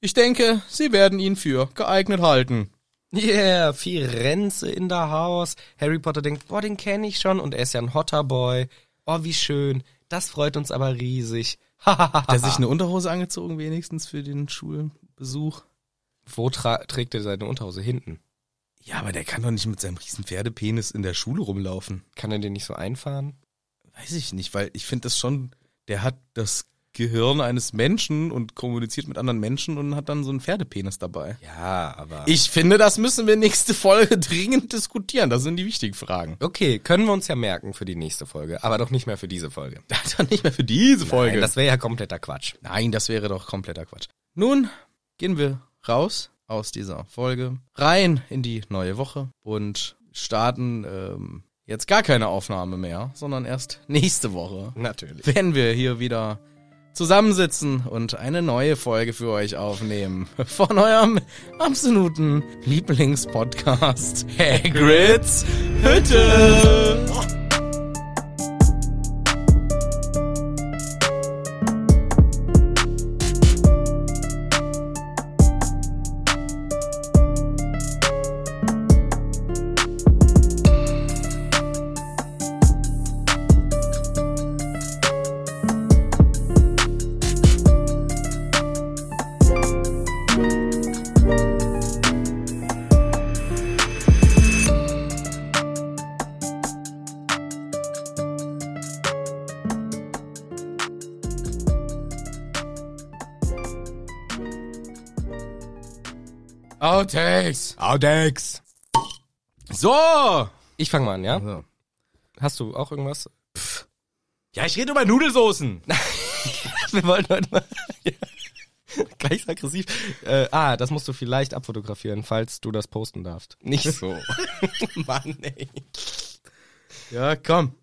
Ich denke, Sie werden ihn für geeignet halten.
Yeah, Firenze in der Haus. Harry Potter denkt, boah, den kenne ich schon und er ist ja ein hotter Boy. Oh, wie schön. Das freut uns aber riesig. *laughs*
Hat er sich eine Unterhose angezogen, wenigstens für den Schulbesuch?
Wo tra trägt er seine Unterhose hinten?
Ja, aber der kann doch nicht mit seinem riesen Pferdepenis in der Schule rumlaufen.
Kann er den nicht so einfahren?
Weiß ich nicht, weil ich finde das schon, der hat das Gehirn eines Menschen und kommuniziert mit anderen Menschen und hat dann so einen Pferdepenis dabei.
Ja, aber.
Ich finde, das müssen wir nächste Folge *laughs* dringend diskutieren. Das sind die wichtigen Fragen. *laughs*
Okay, können wir uns ja merken für die nächste Folge, aber doch nicht mehr für diese Folge.
Dann nicht mehr für diese Folge.
Nein, das wäre ja kompletter Quatsch.
Nein, das wäre doch kompletter Quatsch. Nun gehen wir raus aus dieser Folge, rein in die neue Woche und starten ähm, jetzt gar keine Aufnahme mehr, sondern erst nächste Woche.
Natürlich.
wenn wir hier wieder zusammensitzen und eine neue Folge für euch aufnehmen. *laughs* Von eurem absoluten Lieblingspodcast Hagrids Hütte. Outtakes.
Audex!
So.
Ich fange mal an, ja?
So.
Hast du auch irgendwas? *laughs*
Ja, ich rede über Nudelsoßen.
Wir wollen heute mal. *laughs* Ja. Gleich so aggressiv. Äh, ah, das musst du vielleicht abfotografieren, falls du das posten darfst. Nicht so.
*laughs*
Mann, ey.
*laughs* Ja, komm.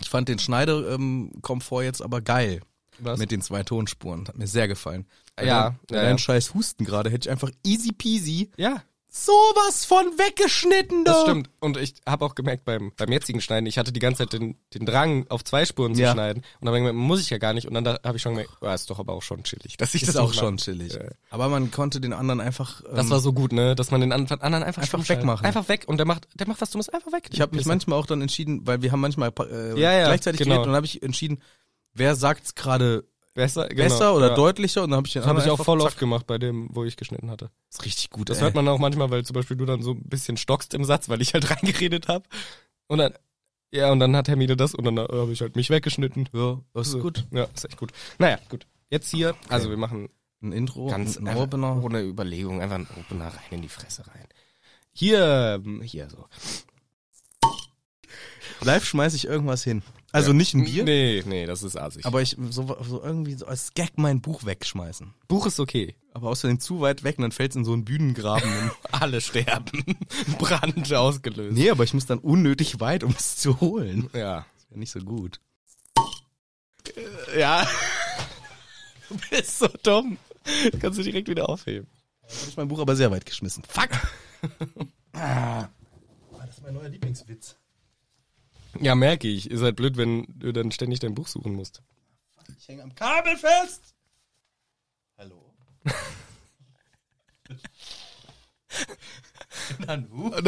Ich fand den Schneider-Komfort jetzt aber geil.
Was?
Mit den zwei Tonspuren. Hat mir sehr gefallen.
Ja,
Dein,
ja,
dein
ja.
scheiß Husten gerade hätte ich einfach easy peasy
ja,
sowas von weggeschnitten.
das
du.
stimmt. Und ich habe auch gemerkt beim, beim jetzigen Schneiden, ich hatte die ganze Zeit den, den Drang, auf zwei Spuren zu
Ja.
schneiden. Und dann hab ich gemerkt, muss ich ja gar nicht. Und dann habe ich schon gemerkt, ah, ist doch aber auch schon chillig, dass ich
Ist
das
auch
mache.
schon chillig.
Ja.
Aber man konnte den anderen einfach. Ähm,
Das war so gut, ne? Dass man den an- anderen einfach,
Einfach
stumm schaltet.
wegmachen.
Einfach weg. Und der macht, der macht was Dummes, einfach weg.
ich habe mich
Pisser.
manchmal auch dann entschieden, weil wir haben manchmal äh,
Ja, ja,
gleichzeitig
genau.
geredet und habe ich entschieden, wer sagt's gerade
besser, genau,
besser oder
ja.
deutlicher und dann habe ich den
Das habe ich
anderen
auch voll
einfach- Äh,
oft gemacht bei dem, wo ich geschnitten hatte.
Das ist richtig gut.
Das
ey.
hört man auch manchmal, weil zum Beispiel du dann so ein bisschen stockst im Satz, weil ich halt *laughs* reingeredet habe. Und dann, ja, und dann hat Hermine das und dann äh, habe ich halt mich weggeschnitten. Ja,
das ist gut.
Ja, ist echt gut. Naja, gut. Jetzt hier, also wir machen
Ein Intro,
ganz
Oh, ein
einfach
Opener.
ohne Überlegung einfach einen Opener rein in die Fresse rein. Hier, ähm, hier so.
Live schmeiß ich irgendwas hin. Also nicht ein Bier,
Nee, nee, das ist asig.
aber ich so, so irgendwie so als Gag mein Buch wegschmeißen.
Buch ist
*laughs*
okay.
Aber außerdem zu weit weg und dann fällt's in so einen *laughs* Bühnengraben.
Alle sterben. *laughs* Brand ausgelöst.
nee, aber ich muss dann unnötig weit, um es zu holen.
Ja.
Ist ja nicht so gut.
Ja. *laughs* Du bist so dumm. Das kannst du direkt wieder aufheben.
Habe ich mein Buch aber sehr weit geschmissen. Fuck! Ah. das ist mein neuer Lieblingswitz.
Ja, merke ich. Ist halt blöd, wenn du dann ständig dein Buch suchen musst.
Ich hänge am Kabel fest! Hallo? Nanu?
*laughs*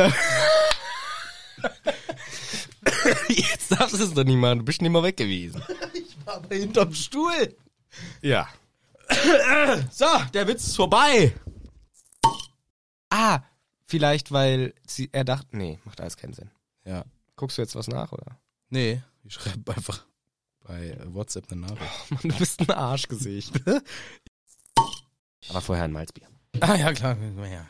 Jetzt darfst du es doch nicht machen. Du bist nicht mal weg gewesen.
Aber hinterm Stuhl!
Ja.
So, der Witz ist vorbei.
Ah, vielleicht, weil sie, er dachte, nee, macht alles keinen Sinn.
Ja.
Guckst du jetzt was nach, oder? *laughs*
Nee, ich schreibe einfach bei äh, WhatsApp eine Nachricht.
Mann, du bist ein Arschgesicht. Aber vorher ein Malzbier.
Ah ja, klar. Ja.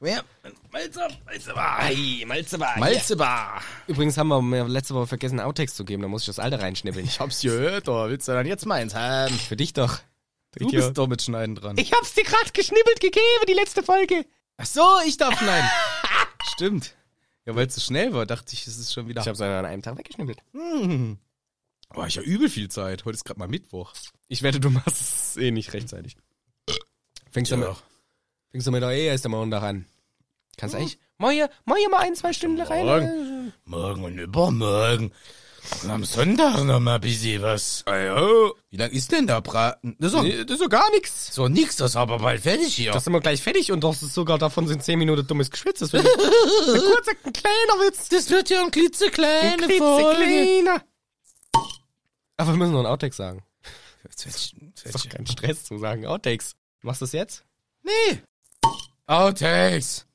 Ja, Malzer, Malzerbar.
Ei, Malzebar.
Malzerbar.
Übrigens haben wir mir letzte Woche vergessen, Outtakes zu geben, da muss ich das alte reinschnippeln. Ich
Hab's gehört, oder willst du dann jetzt meins haben?
für dich doch.
Du bist doch mit Schneiden dran.
ich hab's dir gerade geschnippelt gegeben, die letzte Folge.
Ach so, ich darf schneiden. Stimmt. Ja, weil es zu schnell war, dachte ich, es ist schon wieder...
Ich hab's an einem Tag weggeschnippelt.
Hm. Boah, ich hab übel viel Zeit. Heute ist gerade mal Mittwoch.
Ich wette, du machst es eh nicht rechtzeitig. Fängst du
Ja.
mit, fängst du mit der eh erst am Montag an. Kannst eigentlich, moje, moje mal ein, zwei Stunden rein. äh.
Morgen. Morgen und übermorgen. Und am Sonntag noch mal ein bisschen was. Ajo. Wie lang ist denn da Braten? Das ist doch,
Nee, das ist so gar nichts.
so nix, das ist aber bald fertig hier.
Das sind wir gleich fertig und das ist sogar davon sind 10 Minuten dummes Geschwätz. Das wird ein kurzer, ein kleiner Witz.
das wird ja ein klitzekleiner
klitzekleiner. Aber wir müssen noch einen Outtake sagen. Das ist doch
Folge.
kein Stress zu sagen. Outtakes. Machst du es jetzt?
Oh, Nee. Outtakes.